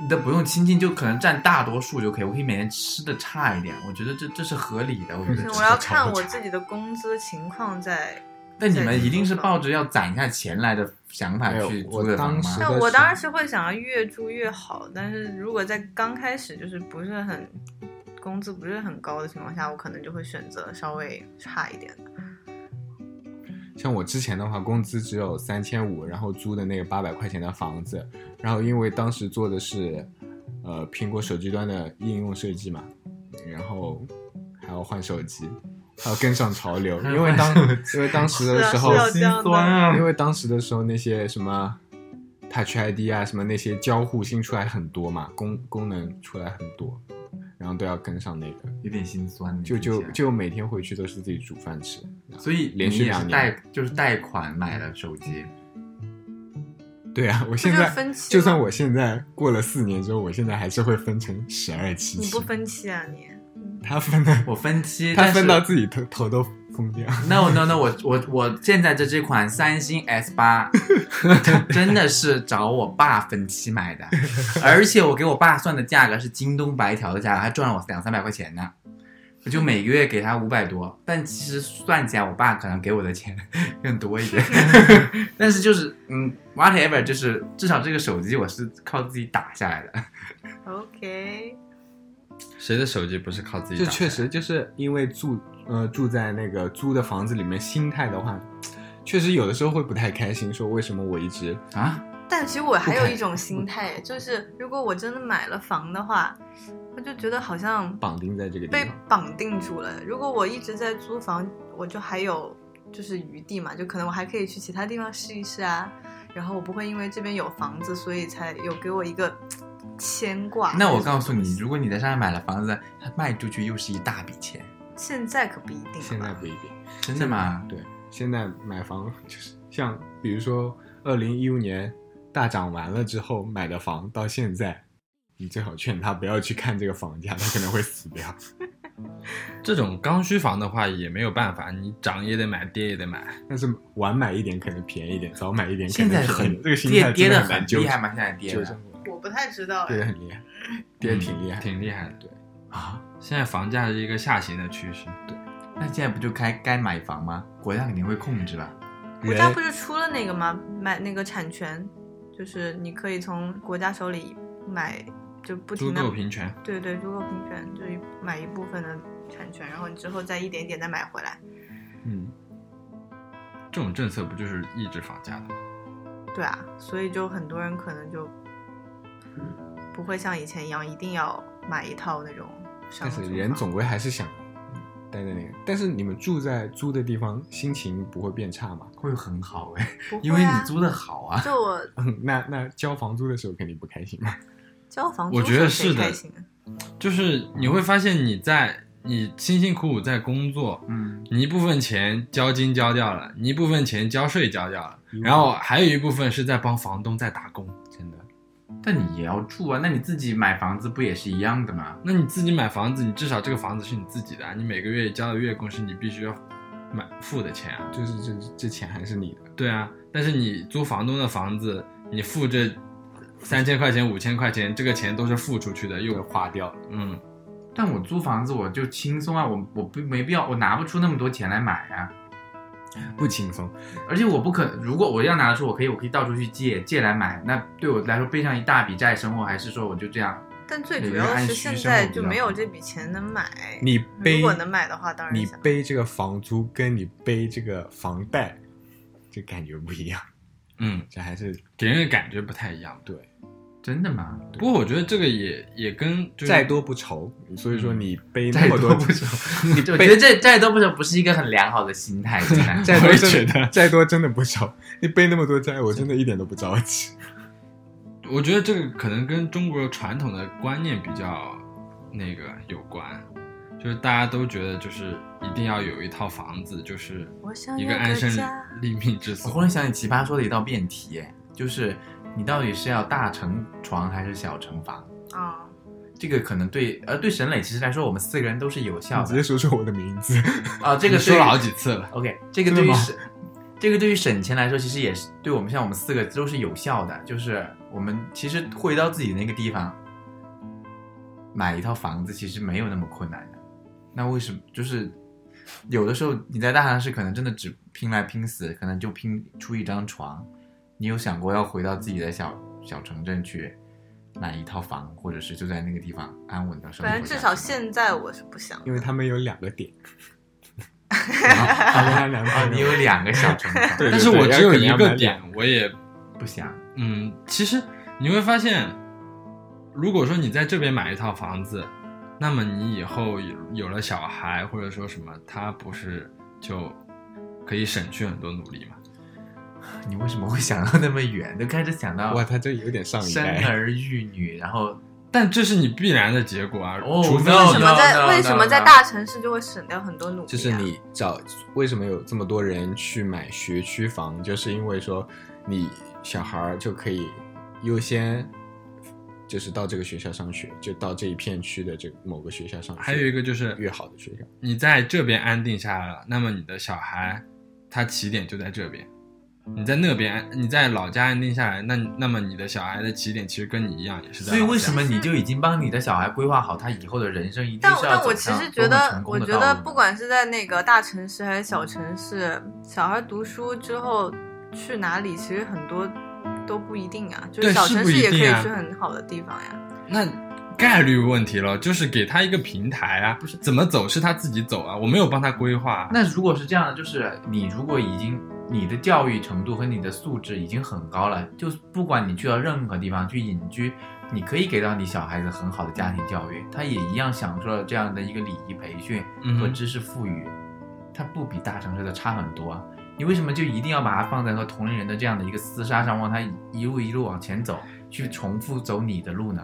D: 你的不用亲近，就可能占大多数就可以。我可以每天吃的差一点，我觉得这这是合理的。我
C: 所
D: 觉得
C: 以嗯
D: 这
C: 我要
D: 是
C: 看我自己的工资情况在。
D: 但你们一定是抱着要攒一下钱来的想法
E: 没有
D: 去
E: 哎我
D: 租的房
E: 当
D: 吗
E: 时？
C: 但
E: 在
C: 我
E: 是
C: 当然是会想要越住越好，但是如果在刚开始就是不是很工资不是很高的情况下，我可能就会选择稍微差一点的。
E: 像我之前的话，工资只有三千五，然后租的那个八百块钱的房子，然后因为当时做的是，呃，苹果手机端的应用设计嘛，然后还要换手机，还要跟上潮流，因为当因为当时的时候
C: 是，啊要这样的。
E: 因为当时的时候那些什么 Touch ID 啊，什么那些交互新出来很多嘛，功功能出来很多，然后都要跟上那个，
D: 有点心酸。
E: 就就
D: 听起来
E: 就每天回去都是自己煮饭吃，
D: 所以
E: 连续
D: 你也是
E: 两年
D: 贷就是贷款买了手机，
E: 对啊，我现
C: 就是
E: 在
C: 分期吗
E: 就算我现在过了四年之后，我现在还是会分成十二期。
C: 你不？分期啊你？
E: 他分的，
D: 我分期，
E: 他
D: 但是
E: 分到自己头头都疯掉。
D: no no no，我我我现在这这款三星 S 八，真的是找我爸分期买的，而且我给我爸算的价格是京东白条的价格，还赚了我两三百块钱呢。我就每个月给他五百多，但其实算起来，我爸可能给我的钱 更多一点。但是就是，嗯，whatever，就是至少这个手机我是靠自己打下来的。
C: OK，
F: 谁的手机不是靠自己
E: 这
F: 打的？
E: 确实就是因为住呃住在那个租的房子里面，心态的话，确实有的时候会不太开心，说为什么我一直
D: 啊，
C: 但其实我还有
E: 不可
C: 一种心态，就是如果我真的买了房的话，我就觉得好像
E: 绑定在这个地
C: 被
E: 方。
C: 绑定住了。如果我一直在租房，我就还有就是余地嘛，就可能我还可以去其他地方试一试啊。然后我不会因为这边有房子，所以才有给我一个嘖牵挂。
D: 那我告诉你，，如果你在上海买了房子，它卖出去又是一大笔钱，
C: 现在可不一定了吧。
E: 现在不一定，
D: 真的吗？
E: 对，现在买房就是像比如说二零一五年大涨完了之后买的房，到现在。你最好劝他不要去看这个房价，他可能会死掉。
F: 这种刚需房的话也没有办法，你涨也得买，跌也得买。
E: 但是晚买一点可能便宜一点，早买一点可
D: 现
E: 能
D: 在
E: 便宜
D: 很
E: 这个心
D: 跌
E: 态
D: 跌
E: 真
D: 的
E: 的
D: 很
E: 难纠
D: 厉嗯害
E: 正，
D: 嘛，现在跌
E: 纠
D: 的
E: 正过来
C: 我不太知道
E: 跌的
C: 哎。
E: 很厉害，跌的挺厉害，
F: 挺厉害的。
E: 对。
D: 啊，
F: 现在房价是一个下行的趋势，对，
D: 那现在不就该该买房吗？国家肯定会控制吧？
C: 国家
E: 人
C: 不是出了那个吗？买那个产权，就是你可以从国家手里买，就不
F: 租
C: 停的
F: 购平权。
C: 对对，租购平权，就是买一部分的产权，然后你之后再一点一点再买回来。
E: 嗯，
F: 这种政策不就是抑制房价的吗？
C: 对啊，所以就很多人可能就不会像以前一样一定要买一套那种商
E: 但
C: 住
E: 是
C: 房。
E: 人总归还是想待在那个。但是你们住在租的地方，心情不会变差嘛？
D: 会很好哎、
C: 不会啊
D: 因为你租的好啊。
C: 就我
E: 嗯，那那交房租的时候肯定不开心嘛。
C: 交房租
F: 我觉得
C: 谁
F: 是的
C: 开心啊
F: 就是你会发现你在你辛辛苦苦在工作，
D: 嗯，
F: 你一部分钱交金交掉了，你一部分钱交税交掉了
E: 嗯，
F: 然后还有一部分是在帮房东在打工，真的。
D: 但你也要住啊，那你自己买房子不也是一样的吗？
F: 那你自己买房子，你至少这个房子是你自己的啊，你每个月交的月供是你必须要买付的钱啊。
E: 就是这这钱还是你的，
F: 对啊，但是你租房东的房子，你付这三千块钱、五千块钱，这个钱都是付出去的，
E: 又
F: 又
E: 花掉了。
F: 嗯，
D: 但我租房子我就轻松啊，我我不没必要，我拿不出那么多钱来买啊。
E: 不轻松。
D: 而且我不可，如果我要拿得出，我可以，我可以到处去借，借来买。那对我来说背上一大笔债，生活还是说我就这样？
C: 但最主要的是现在就没有这笔钱能买。
E: 你背
C: 如果能买的话，当然
E: 你
C: 想。
E: 背这个房租跟你背这个房贷，这感觉不一样。
F: 嗯，
E: 这还是
F: 给人的感觉不太一样。
E: 对，
D: 真的吗？
F: 不过我觉得这个也也跟就是
E: 债多不愁，所以说你背
D: 债
E: 那么
D: 嗯多
E: 多
D: 不 愁，我 觉得这债多不愁不是一个很良好的心态。真的
E: 债
F: 我
E: 多
F: 也
E: 真
F: 觉
E: 的债多真的不少，你背那么多债，我真的一点都不着急。
F: 我觉得这个可能跟中国传统的观念比较那个有关，就是大家都觉得就是一定要有一套房子，就是
C: 我想
F: 一
C: 有
F: 个安身
C: 家。
F: 立命之
D: 我忽
F: 所。
D: 然想起奇葩说的一道辩题，哎就是你到底是要大成床还是小成房？
C: 啊、
D: 这个可能对，呃，对沈磊其实来说，我们四个人都是有效
E: 你直
D: 的
E: 接说说我的名字，
D: 啊、这个
F: 你说
D: 对
F: 了
D: 于
F: 好几次了，
D: OK，这个
E: 真的
D: 对于
E: 吗
D: 省，这个对于省钱来说，其实也是对我们像我们四个都是有效的，就是我们其实回到自己那个地方，买一套房子其实没有那么困难的。那为什么就是有的时候你在大城市可能真的只拼来拼死，可能就拼出一张床，你有想过要回到自己的小小城镇去买一套房，或者是就在那个地方安稳的生活
C: 反
D: 下去吗？
C: 正至少现在我是不想的。
E: 因为他们有两个 点。
D: 啊，
E: 哦两
D: 啊 你有两个小城镇，
E: 对
F: 但是我只有一
E: 要给人家
F: 个
E: 买
F: 点，我也
D: 不想。
F: 嗯，其实你会发现，如果说你在这边买一套房子，那么你以后有有了小孩或者说什么，他不是就可以省去很多努力嘛？
D: 你为什么会想到那么远？就开始想到
E: 哇，他这有点上一哎
D: 生
E: 代，
D: 儿育女，然后
F: 但这是你必然的结果啊，
D: 哦
F: 除非
D: no，
F: 你
C: 为什么
D: no,
C: 在
D: no,
C: 为什么
D: no,
C: 在
D: no
C: 大城市就会省掉很多努力、啊？
E: 就是你找为什么有这么多人去买学区房，就是因为说你小孩儿就可以优先。就是到这个学校上学，就到这一片区的这某个学校上学。
F: 还有一个就是
E: 越好的学校，
F: 你在这边安定下来了，那么你的小孩他起点就在这边。你在那边安，你在老家安定下来，那那么你的小孩的起点其实跟你一样，也是在
D: 所
F: 老家。
D: 以为什么你就已经帮你的小孩规划好他以后的人生一定
C: 但
D: 是要
C: 但
D: 走
C: 我其
D: 上
C: 实
D: 多
C: 觉
D: 么
C: 得
D: 成，功
C: 我
D: 的
C: 觉
D: 道
C: 得
D: 路
C: 不
D: 呢
C: 管是在那个大城市还是小城市，小孩读书之后去哪里，其实很多都不一定啊。就是
F: 对
C: 小
F: 是
C: 城
F: 不
C: 市
F: 一
C: 也可以
F: 定啊
C: 去很好的地方呀。
F: 那概率问题了，就是给他一个平台啊，怎么走是他自己走啊，我没有帮他规划啊。
D: 那如果是这样的，就是你如果已经你的教育程度和你的素质已经很高了，就不管你去到任何地方去隐居，你可以给到你小孩子很好的家庭教育，他也一样享受了这样的一个礼仪培训
F: 嗯
D: 和
F: 哼
D: 知识富裕，他不比大城市的差很多啊。你为什么就一定要把它放在和同龄人的这样的一个厮杀上，让他一路一路往前走，去重复走你的路呢？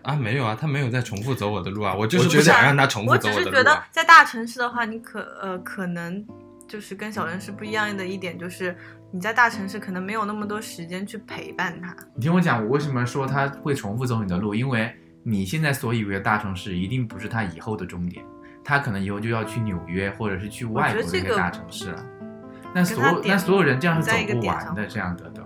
F: 啊，没有啊，他没有在重复走我的路啊，我就
C: 我
F: 是
C: 觉
F: 不
C: 得
F: 想让他重复
C: 我
F: 走
C: 只是
F: 的
C: 觉
F: 路、
C: 得
F: 啊。
C: 在大城市的话，你可呃可能就是跟小城市不一样的一点就是。你在大城市可能没有那么多时间去陪伴他，
D: 你听我讲，我为什么说他会重复走你的路？因为你现在所以为的大城市，一定不是他以后的终点。他可能以后就要去纽约，或者是去外国的一个大城市了。那所
C: 跟
D: 有
C: 他点
D: 那所有人这样是走不
C: 在一
D: 完
C: 个
D: 的，
C: 点上
D: 这样的都。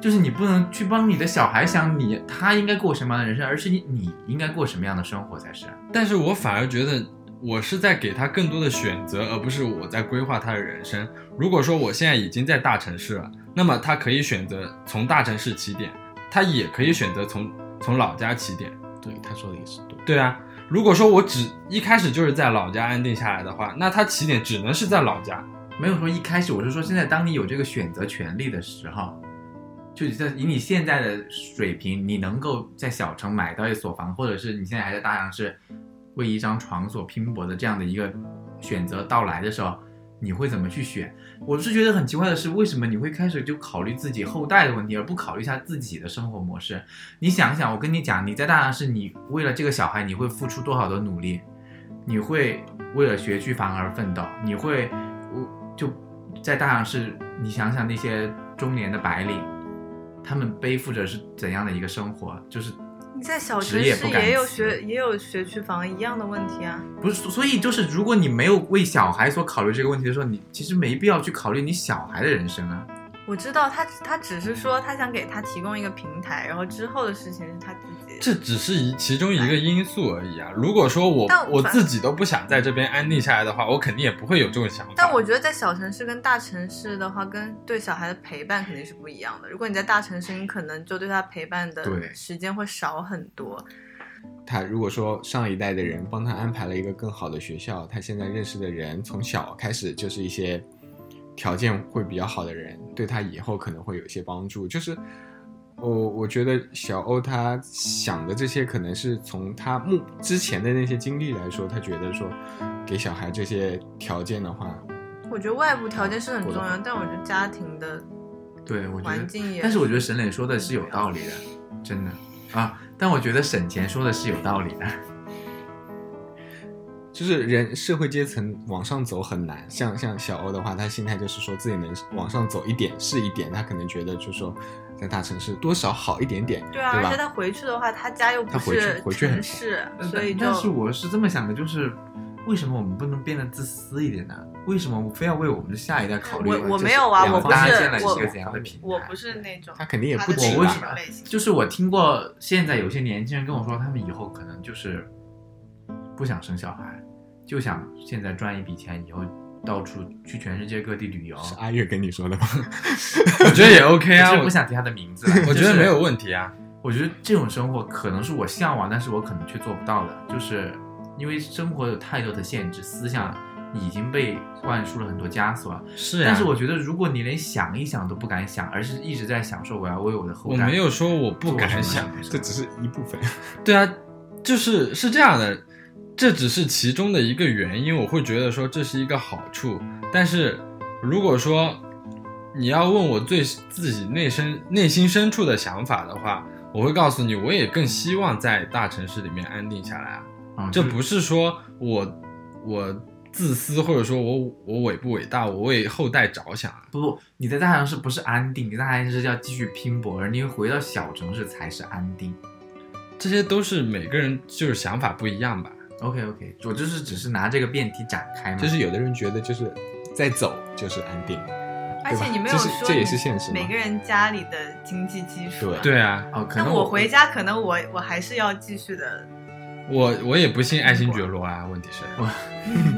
D: 就是你不能去帮你的小孩想你他应该过什么样的人生，而是你你应该过什么样的生活才是。
F: 但是我反而觉得我是在给他更多的选择，而不是我在规划他的人生。如果说我现在已经在大城市了，那么他可以选择从大城市起点，他也可以选择从从老家起点。
E: 对他说的也是对。
F: 对啊，如果说我只一开始就是在老家安定下来的话，那他起点只能是在老家。
D: 没有说一开始，我是说现在当你有这个选择权利的时候，就在以你现在的水平，你能够在小城买到一所房，或者是你现在还在大城市为一张床所拼搏的这样的一个选择到来的时候，你会怎么去选？我是觉得很奇怪的是，为什么你会开始就考虑自己后代的问题，而不考虑一下自己的生活模式？你想一想，我跟你讲，你在大城市，你为了这个小孩，你会付出多少的努力？你会为了学区房而奋斗？你会，我就在大城市，你想想那些中年的白领，他们背负着是怎样的一个生活？就是
C: 你在小城
D: 职业
C: 市
D: 不敢
C: 也有
D: 辞
C: 学也有学区房一样的问题啊。
D: 不是，所以就是如果你没有为小孩所考虑这个问题的时候，你其实没必要去考虑你小孩的人生啊。
C: 我知道他他只是说他想给他提供一个平台，然后之后的事情是他自己。
F: 这只是一其中一个因素而已啊。如果说我
C: 但
F: 我
C: 反
F: 自己都不想在这边安定下来的话，我肯定也不会有这种想法。
C: 但我觉得在小城市跟大城市的话，跟对小孩的陪伴肯定是不一样的。如果你在大城市，你可能就对他陪伴
E: 对
C: 的时间会少很多。
E: 他如果说上一代的人帮他安排了一个更好的学校，他现在认识的人从小开始就是一些条件会比较好的人，对他以后可能会有一些帮助。就是我、我觉得小欧他想的这些，可能是从他目之前的那些经历来说，他觉得说给小孩这些条件的话，
C: 我觉得外部条件是很重
E: 我
C: 要，但我觉得家庭的
D: 对，我觉
C: 环
D: 得
C: 境也。
D: 但是我觉得沈磊说的是有道理的，真的啊。但我觉得沈钱说的是有道理的，
E: 就是人社会阶层往上走很难，像像小欧的话，他心态就是说自己能往上走一点是一点，他可能觉得就是说在大城市多少好一点点，
C: 对啊，而且
E: 吧？
C: 他回去的话，他家又不
E: 他回去
C: 是
E: 回去很
C: 城市， 所以
D: 呃但
C: 呃就
D: 但是我是这么想的，就是为什么我们不能变得自私一点呢？为什么我非要为我们的下一代考虑？
C: 我我没有啊
D: 就是
C: 我不
D: 搭
C: 是
D: 建了一
C: 我
D: 个怎样的平台？
C: 我不是那种
E: 他肯定也
C: 他
E: 不
C: 的
E: 止
D: 我
C: 这
D: 为
E: 吧
C: 种
D: 什么
C: 类型
D: 就是我听过现在有些年轻人跟我说，他们以后可能就是不想生小孩，就想现在赚一笔钱，以后到处去全世界各地旅游。
E: 是阿月跟你说的吗？
F: 我觉得也 OK 啊，
D: 我
F: 我
D: 不想提他的名字了，
F: 我
D: 就
F: 觉得
D: 是
F: 没有问题啊。
D: 我觉得这种生活可能是我向往，但是我可能却做不到的，就是因为生活有太多的限制，思想已经被灌输了很多枷锁。
F: 是
D: 但是我觉得，如果你连想一想都不敢想，而是一直在想说我要为我的后
F: 我
D: 代，
F: 没有说我不敢想，
E: 这只是一部分。
F: 对啊，就是是这样的，这只是其中的一个原因，我会觉得说这是一个好处。但是如果说你要问我最自己内深内心深处的想法的话，我会告诉你，我也更希望在大城市里面安定下来啊。
D: 嗯、
F: 这
D: 就是
F: 不是说我我自私，或者说我我伟不伟大，我为后代着想啊。
D: 不不，你在大城市不是安定，你在大城市要继续拼搏，而你回到小城市才是安定。
F: 这些都是每个人就是想法不一样吧。
D: OK OK，我就是只是拿这个辩题展开嘛，
E: 就是有的人觉得就是在走就是安定，
C: 而且你没有
E: 这是
C: 说
E: 这也
C: 你
E: 是现实嘛
C: 每个人家里的经济基础啊。
E: 对
F: 对啊，
D: 哦，可
C: 那
D: 能
C: 我回家，可能我
E: 嗯
C: 我还是要继续的。
F: 我我也不信爱新觉罗啊，问题是，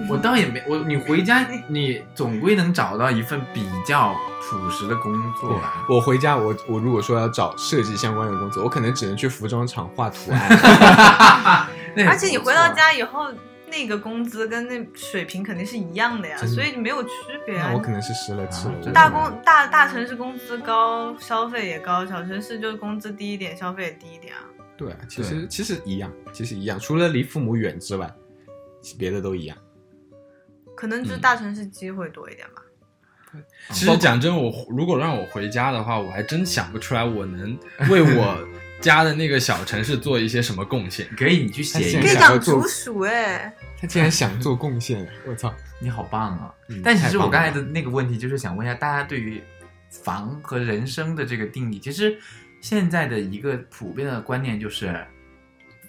D: 我倒也没我你回家你总归能找到一份比较朴实的工作吧。
E: 我回家，我我如果说要找设计相关的工作，我可能只能去服装厂画图 案。
D: 啊 那也
C: 而且你
D: 不错
C: 回到，家以后，那个工资跟那水平肯定是一样的呀，
E: 真的
C: 所以没有区别啊
E: 那我。可能是失了智
D: 啊真
E: 了。
D: 的
C: 大公大大城市工资高，消费也高；小城市就是工资低一点，消费也低一点啊。
E: 对啊，其实其实一样，其实一样，除了离父母远之外，别的都一样。
C: 可能
E: 嗯
C: 就是大城市机会多一点吧。
F: 其实讲真，我如果让我回家的话，我还真想不出来我能为我家的那个小城市做一些什么贡献。
D: 可以你去哎写
E: 你
D: 一
C: 可以
D: 个，
E: 想要
C: 养
E: 做
C: 竹鼠哎，
E: 他竟然想做贡 献，我操！
D: 你好棒啊！
E: 嗯
D: 但其实我
E: 太棒
D: 刚
E: 了
D: 才的那个问题就是想问一下大家对于房和人生的这个定义，其实现在的一个普遍的观念就是，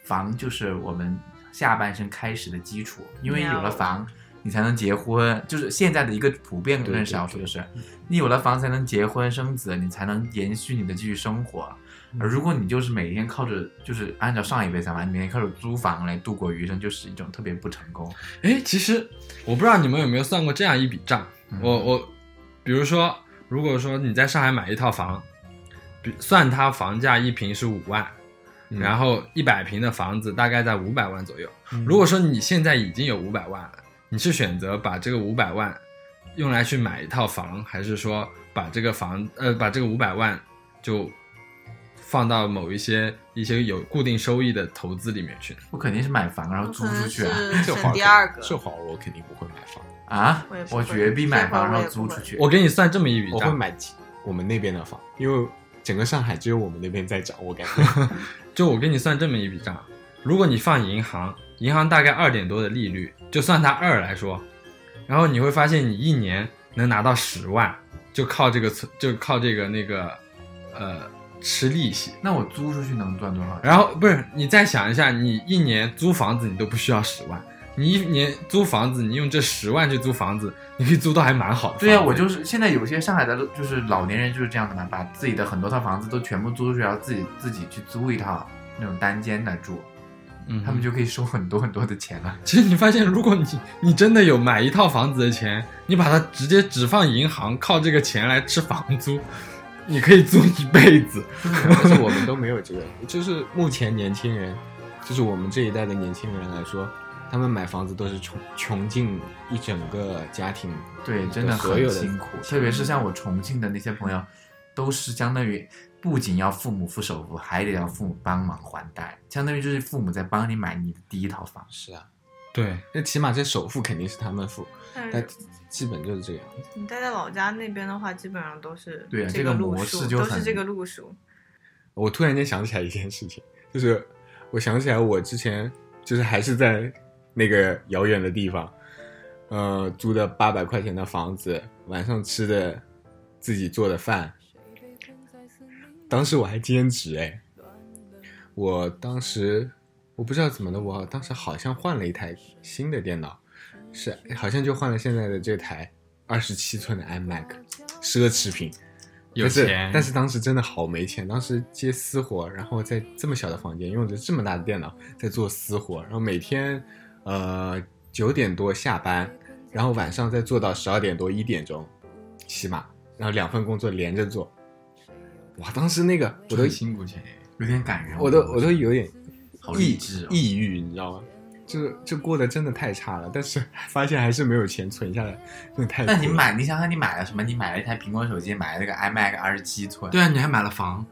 D: 房就是我们下半生开始的基础，因为有了房。你才能结婚，就是现在的一个普遍认识啊，我说的是，你有了房才能结婚生子，你才能延续你的继续生活。而如果你就是每天靠着，就是按照上一辈想法，你每天靠着租房来度过余生，就是一种特别不成功。
F: 哎，其实我不知道你们有没有算过这样一笔账，
D: 嗯
F: 我我，比如说，如果说你在上海买一套房，比算它房价一平是五万，
E: 嗯
F: 然后一百平的房子大概在五百万左右。
E: 嗯
F: 如果说你现在已经有五百万了，你是选择把这个五百万用来去买一套房，还是说把这个房呃把这个五百万就放到某一些一些有固定收益的投资里面去呢？
D: 我肯定是买房然后租
C: 可
D: 出
C: 能
D: 去
C: 是
D: 啊
E: 这
C: 省
E: 话
C: 第二个。
E: 这话我肯定不会买房，
D: 啊
C: 我也！不
D: 我
C: 会
D: 绝壁买房然后租出去。
F: 我给你算这么一笔
E: 我会
F: 账，
E: 买几我们那边的房，因为整个上海只有我们那边在涨，我感 觉。
F: 就我给你算这么一笔账，如果你放银行，银行大概二点多的利率，就算它二来说，然后你会发现你一年能拿到十万，就靠这个存，就靠这个那个，呃，吃利息。
D: 那我租出去能赚多少钱？
F: 然后不是你再想一下，你一年租房子你都不需要十万，你一年租房子，你用这十万去租房子，你可以租到还蛮好的。
D: 对呀、我就是现在有些上海的，就是老年人就是这样的嘛，把自己的很多套房子都全部租出去，然后自己自己去租一套那种单间的住，
F: 嗯，
D: 他们就可以收很多很多的钱了。
F: 其实你发现，如果你你真的有买一套房子的钱，你把它直接只放银行，靠这个钱来吃房租，你可以租一辈子。
E: 但是我们都没有这个，就是目前年轻人，就是我们这一代的年轻人来说，他们买房子都是穷穷尽一整个家庭，
D: 对，真的
E: 所有
D: 很
E: 的
D: 辛苦，特别是像我重庆的那些朋友，都是相当于不仅要父母付首付，还得要父母帮忙还贷，相当于就是父母在帮你买你的第一套房。
E: 是啊，
F: 对，
E: 那起码这首付肯定是他们付，
C: 但
E: 但
C: 是
E: 基本就是这样。
C: 你待在老家那边的话，基本上都是
D: 对啊
C: 这
D: 这个
C: 路
D: 模
C: 数，
D: 式就
C: 都是
D: 很
C: 这个路数。
E: 我突然间想起来一件事情，就是我想起来我之前就是还是在那个遥远的地方，呃，租的八百块钱的房子，晚上吃的自己做的饭，当时我还兼职哎，我当时我不知道怎么的，我当时好像换了一台新的电脑，是好像就换了现在的这台二十七寸的 iMac，奢侈品。
F: 有钱
E: 但是，但是当时真的好没钱，当时接私活，然后在这么小的房间用着这么大的电脑在做私活，然后每天呃九点多下班，然后晚上再做到十二点多一点钟，起码，然后两份工作连着做，哇，当时那个我都
F: 辛苦钱，
D: 有点感人，
E: 我都我都有点
D: 好
E: 抑
D: 励志、哦，
E: 抑郁，你知道吗？就是这过得真的太差了，但是发现还是没有钱存下来，真的太苦
D: 那
E: 了。
D: 你买，你想想你买了什么？你买了一台苹果手机，买了个 iMac 二十七寸。
F: 对啊，你还买了房，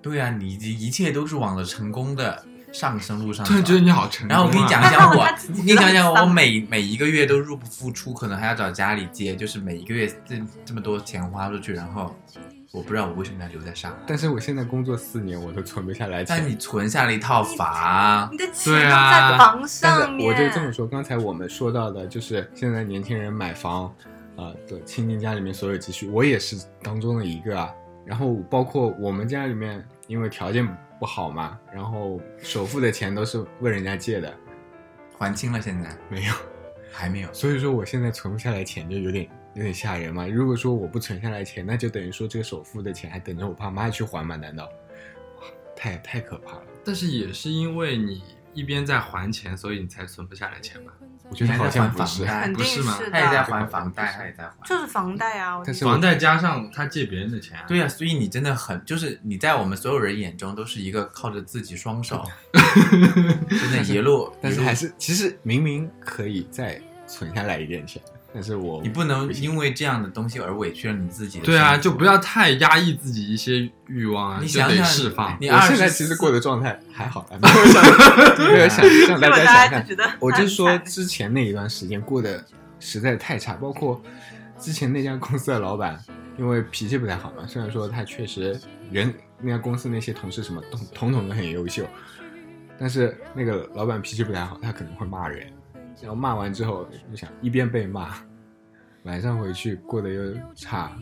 D: 对啊，你一切都是往着成功的上升路上
F: 突然觉
D: 走
F: 得。你好成功、
D: 然
F: 啊。
D: 后我跟你讲，讲 我
C: 他，自己
D: 你跟你讲讲
C: 都很
D: 我
C: 丧
D: 每每一个月都入不敷出，可能还要找家里借，就是每一个月这这么多钱花出去，然后我不知道我为什么要留在上海。
E: 但是我现在工作四年，我都存不下来钱。
D: 但你存下了一套房，
C: 你的钱都
F: 对啊
C: 在房
E: 但
C: 上
E: 是
C: 面，
E: 我就这么说，刚才我们说到的，就是现在年轻人买房，呃，对，倾尽家里面所有积蓄，我也是当中的一个啊。然后包括我们家里面，因为条件不好嘛，然后首付的钱都是问人家借的，
D: 还清了，现在
E: 没有，
D: 还没有。
E: 所以说我现在存不下来钱，就有点有点吓人嘛。如果说我不存下来钱，那就等于说这个首付的钱还等着我爸妈去还嘛？难道？哇，太太可怕了！
F: 但是也是因为你一边在还钱，所以你才存不下来钱吧？
E: 我觉得好像不是
D: 你，还在还
C: 肯定
D: 房贷
F: 不是吗
D: 他也在
C: 的，
D: 还房贷，他也在还。
C: 就是房贷啊。我
E: 但是
F: 房贷加上他借别人的钱、啊，
D: 对呀、所以你真的很，就是你在我们所有人眼中都是一个靠着自己双手，真的，一路，
E: 但是
D: 一路
E: 还是，其实明明可以再存下来一点钱，但是我
D: 你不能因为这样的东西而委屈了你自己的。
F: 对啊，就不。要太压抑自己一些欲望啊，
D: 你
F: 就
D: 想
F: 得
D: 想
F: 释放。
D: 你
E: 我
D: 二
E: 现在
D: 十
E: 其实过的状态还好 啦，没有像没有像像大
C: 结果
E: 家想
C: 大家就
E: 看。
C: 觉得，
E: 我就说之前那一段时间过得实在太差，包括之前那家公司的老板，因为脾气不太好嘛，虽然说他确实人那家公司那些同事什么统统统都很优秀，但是那个老板脾气不太好，他可能会骂人，然后骂完之后就想一边被骂，晚上回去过得又差，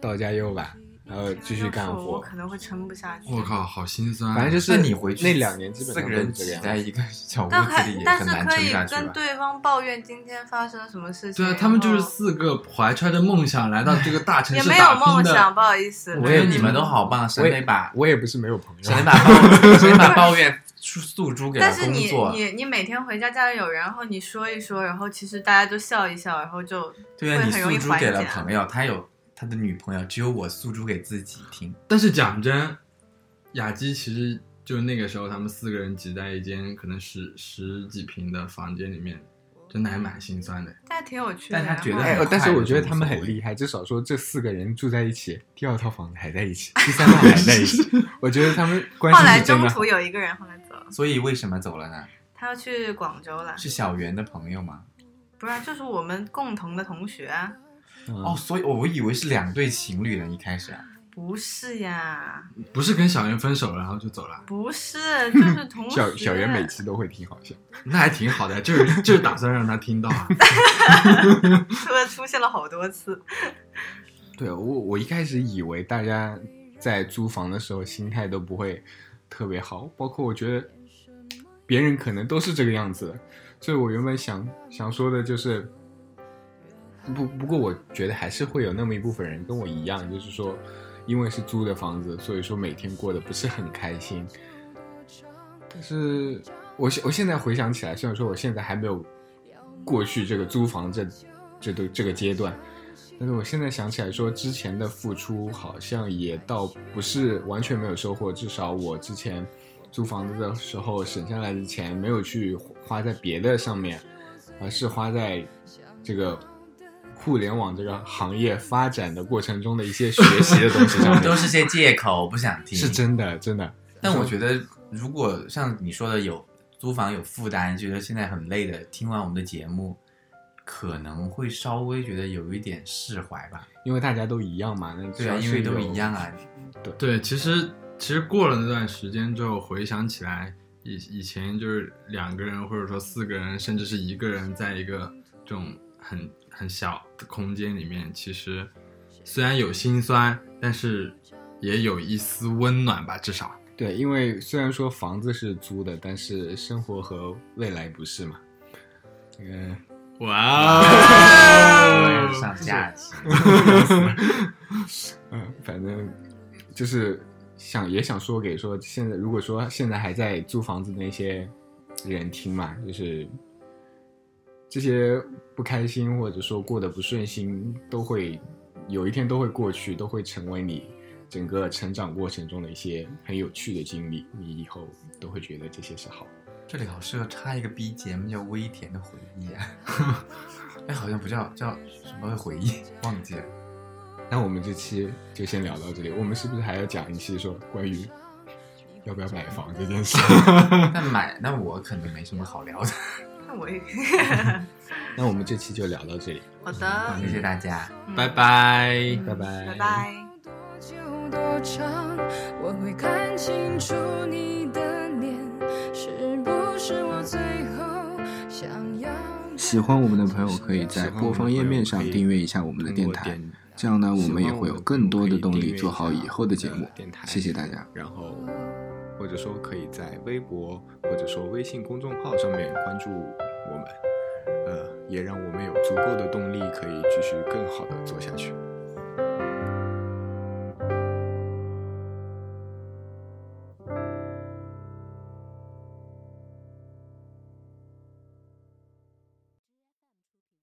E: 到家又晚，然后继续干
C: 我
E: 活，
C: 可能会撑不下去。
F: 我靠，好心酸啊、
E: 反正就是
D: 那你回去
E: 那两年基本
D: 四
E: 上
D: 个
E: 都是
D: 人
E: 这
D: 挤
E: 个样
D: 在
E: 子。
D: 一个小屋
C: 但
D: 子
C: 还
D: 里也
C: 但
D: 很
C: 是
D: 难
C: 可
D: 撑
C: 以
D: 下去
C: 跟
D: 吧？
C: 对方抱怨今天发生了什么事情。
F: 对啊啊，他们就是
C: 然后
F: 四个怀揣着梦想来到这个大城
C: 也
F: 市
C: 没有
F: 打拼
C: 梦想，
F: 的，
C: 不好意思。
D: 我觉得你们都好棒，谁
E: 我也
D: 没把
E: 我也不是没有朋友啊
D: 谁， 没把抱谁没把抱怨诉诉诸给了
C: 但是
D: 工
C: 你
D: 作？
C: 你你每天回家家里有人，然后你说一说，然后其实大家就笑一笑，然后就
D: 对啊，
C: 会
D: 你
C: 很容易
D: 诉诸
C: 缓
D: 给了
C: 解
D: 朋友，他有他的女朋友，只有我诉诸给自己听。
F: 但是讲真，雅基其实就那个时候，他们四个人挤在一间可能十十几平的房间里面，真的还蛮心酸的。
C: 但挺有趣的。
D: 但他觉得
C: 然后
E: 哎，但是我觉得他们很厉害，至少说这四个人住在一起，第二套房子还在一起，第三套还在一 起。我觉得他们关
C: 后来
E: 系是真
C: 中
E: 的好
C: 途。有一个人后来走了，
D: 所以为什么走了呢？
C: 他要去广州了，
D: 是小圆的朋友吗？
C: 不然就是我们共同的同学啊。
E: 嗯
D: 哦，所以我以为是两对情侣呢，一开始啊。
C: 不是呀，
F: 不是跟小袁分手了，然后就走了，
C: 不是，就是同学。
E: 小小圆 每期都会挺好笑，
F: 那还挺好的，就是就是打算让他听到啊。
C: 说出现了好多次，
E: 对我我一开始以为大家在租房的时候心态都不会特别好，包括我觉得别人可能都是这个样子的，所以我原本想想说的就是，不不过我觉得还是会有那么一部分人跟我一样，就是说，因为是租的房子，所以说每天过得不是很开心。但是我现我现在回想起来，虽然说我现在还没有过去这个租房这这都这个阶段，但是我现在想起来说，之前的付出好像也倒不是完全没有收获，至少我之前租房子的时候省下来的钱没有去花在别的上面，而是花在这个互联网这个行业发展的过程中的一些学习的东西上面
D: 都。是些借口，我不想听。
E: 是真的，真的。
D: 但
G: 嗯
D: 我觉得，如果像你说的有租房有负担，觉得现在很累的，听完我们的节目，可能会稍微觉得有一点释怀吧。
E: 因为大家都一样嘛，那只
D: 对啊，
E: 要
D: 因
E: 是
D: 为都
E: 有
D: 一 样。啊。
F: 对，其实其实过了那段时间之后，回想起来，以以前就是两个人或者说四个人，甚至是一个人，在一个这种很很小的空间里面，其实虽然有心酸，但是也有一丝温暖吧，至少。
E: 对，因为虽然说房子是租的，但是生活和未来不是嘛。嗯，
F: 哇
D: 对
F: 哦！
D: 上下 级，
E: 嗯，反正就是想也想说给说现在，如果说现在还在租房子的那些人听嘛，就是这些不开心或者说过得不顺心，都会有一天都会过去，都会成为你整个成长过程中的一些很有趣的经历，你以后都会觉得这些是好。
D: 这里好适合插一个 BGM 叫《微甜的回忆》啊。 哎，好像不叫叫什么回忆，忘记了。
E: 那我们这期就先聊到这里，我们是不是还要讲一期说关于要不要买房这 件事？
D: 但买，那我可能没什么好聊的。
C: 那我也
E: 那我们这期就聊到这里，
C: 好的，
D: 谢谢大家。
C: 嗯
F: 拜，拜。
E: 拜
C: 拜拜。
A: 多久多长，我会看清楚你的脸，是不是我最后想要？
G: 喜欢我们的朋友可以在播放页面上订阅一下我们的电台，这样呢，我们也会有更多的动力做好以后的节目。谢谢大家。
E: 然后或者说可以在微博或者说微信公众号上面关注我们，呃，也让我们有足够的动力可以继续更好的做下去。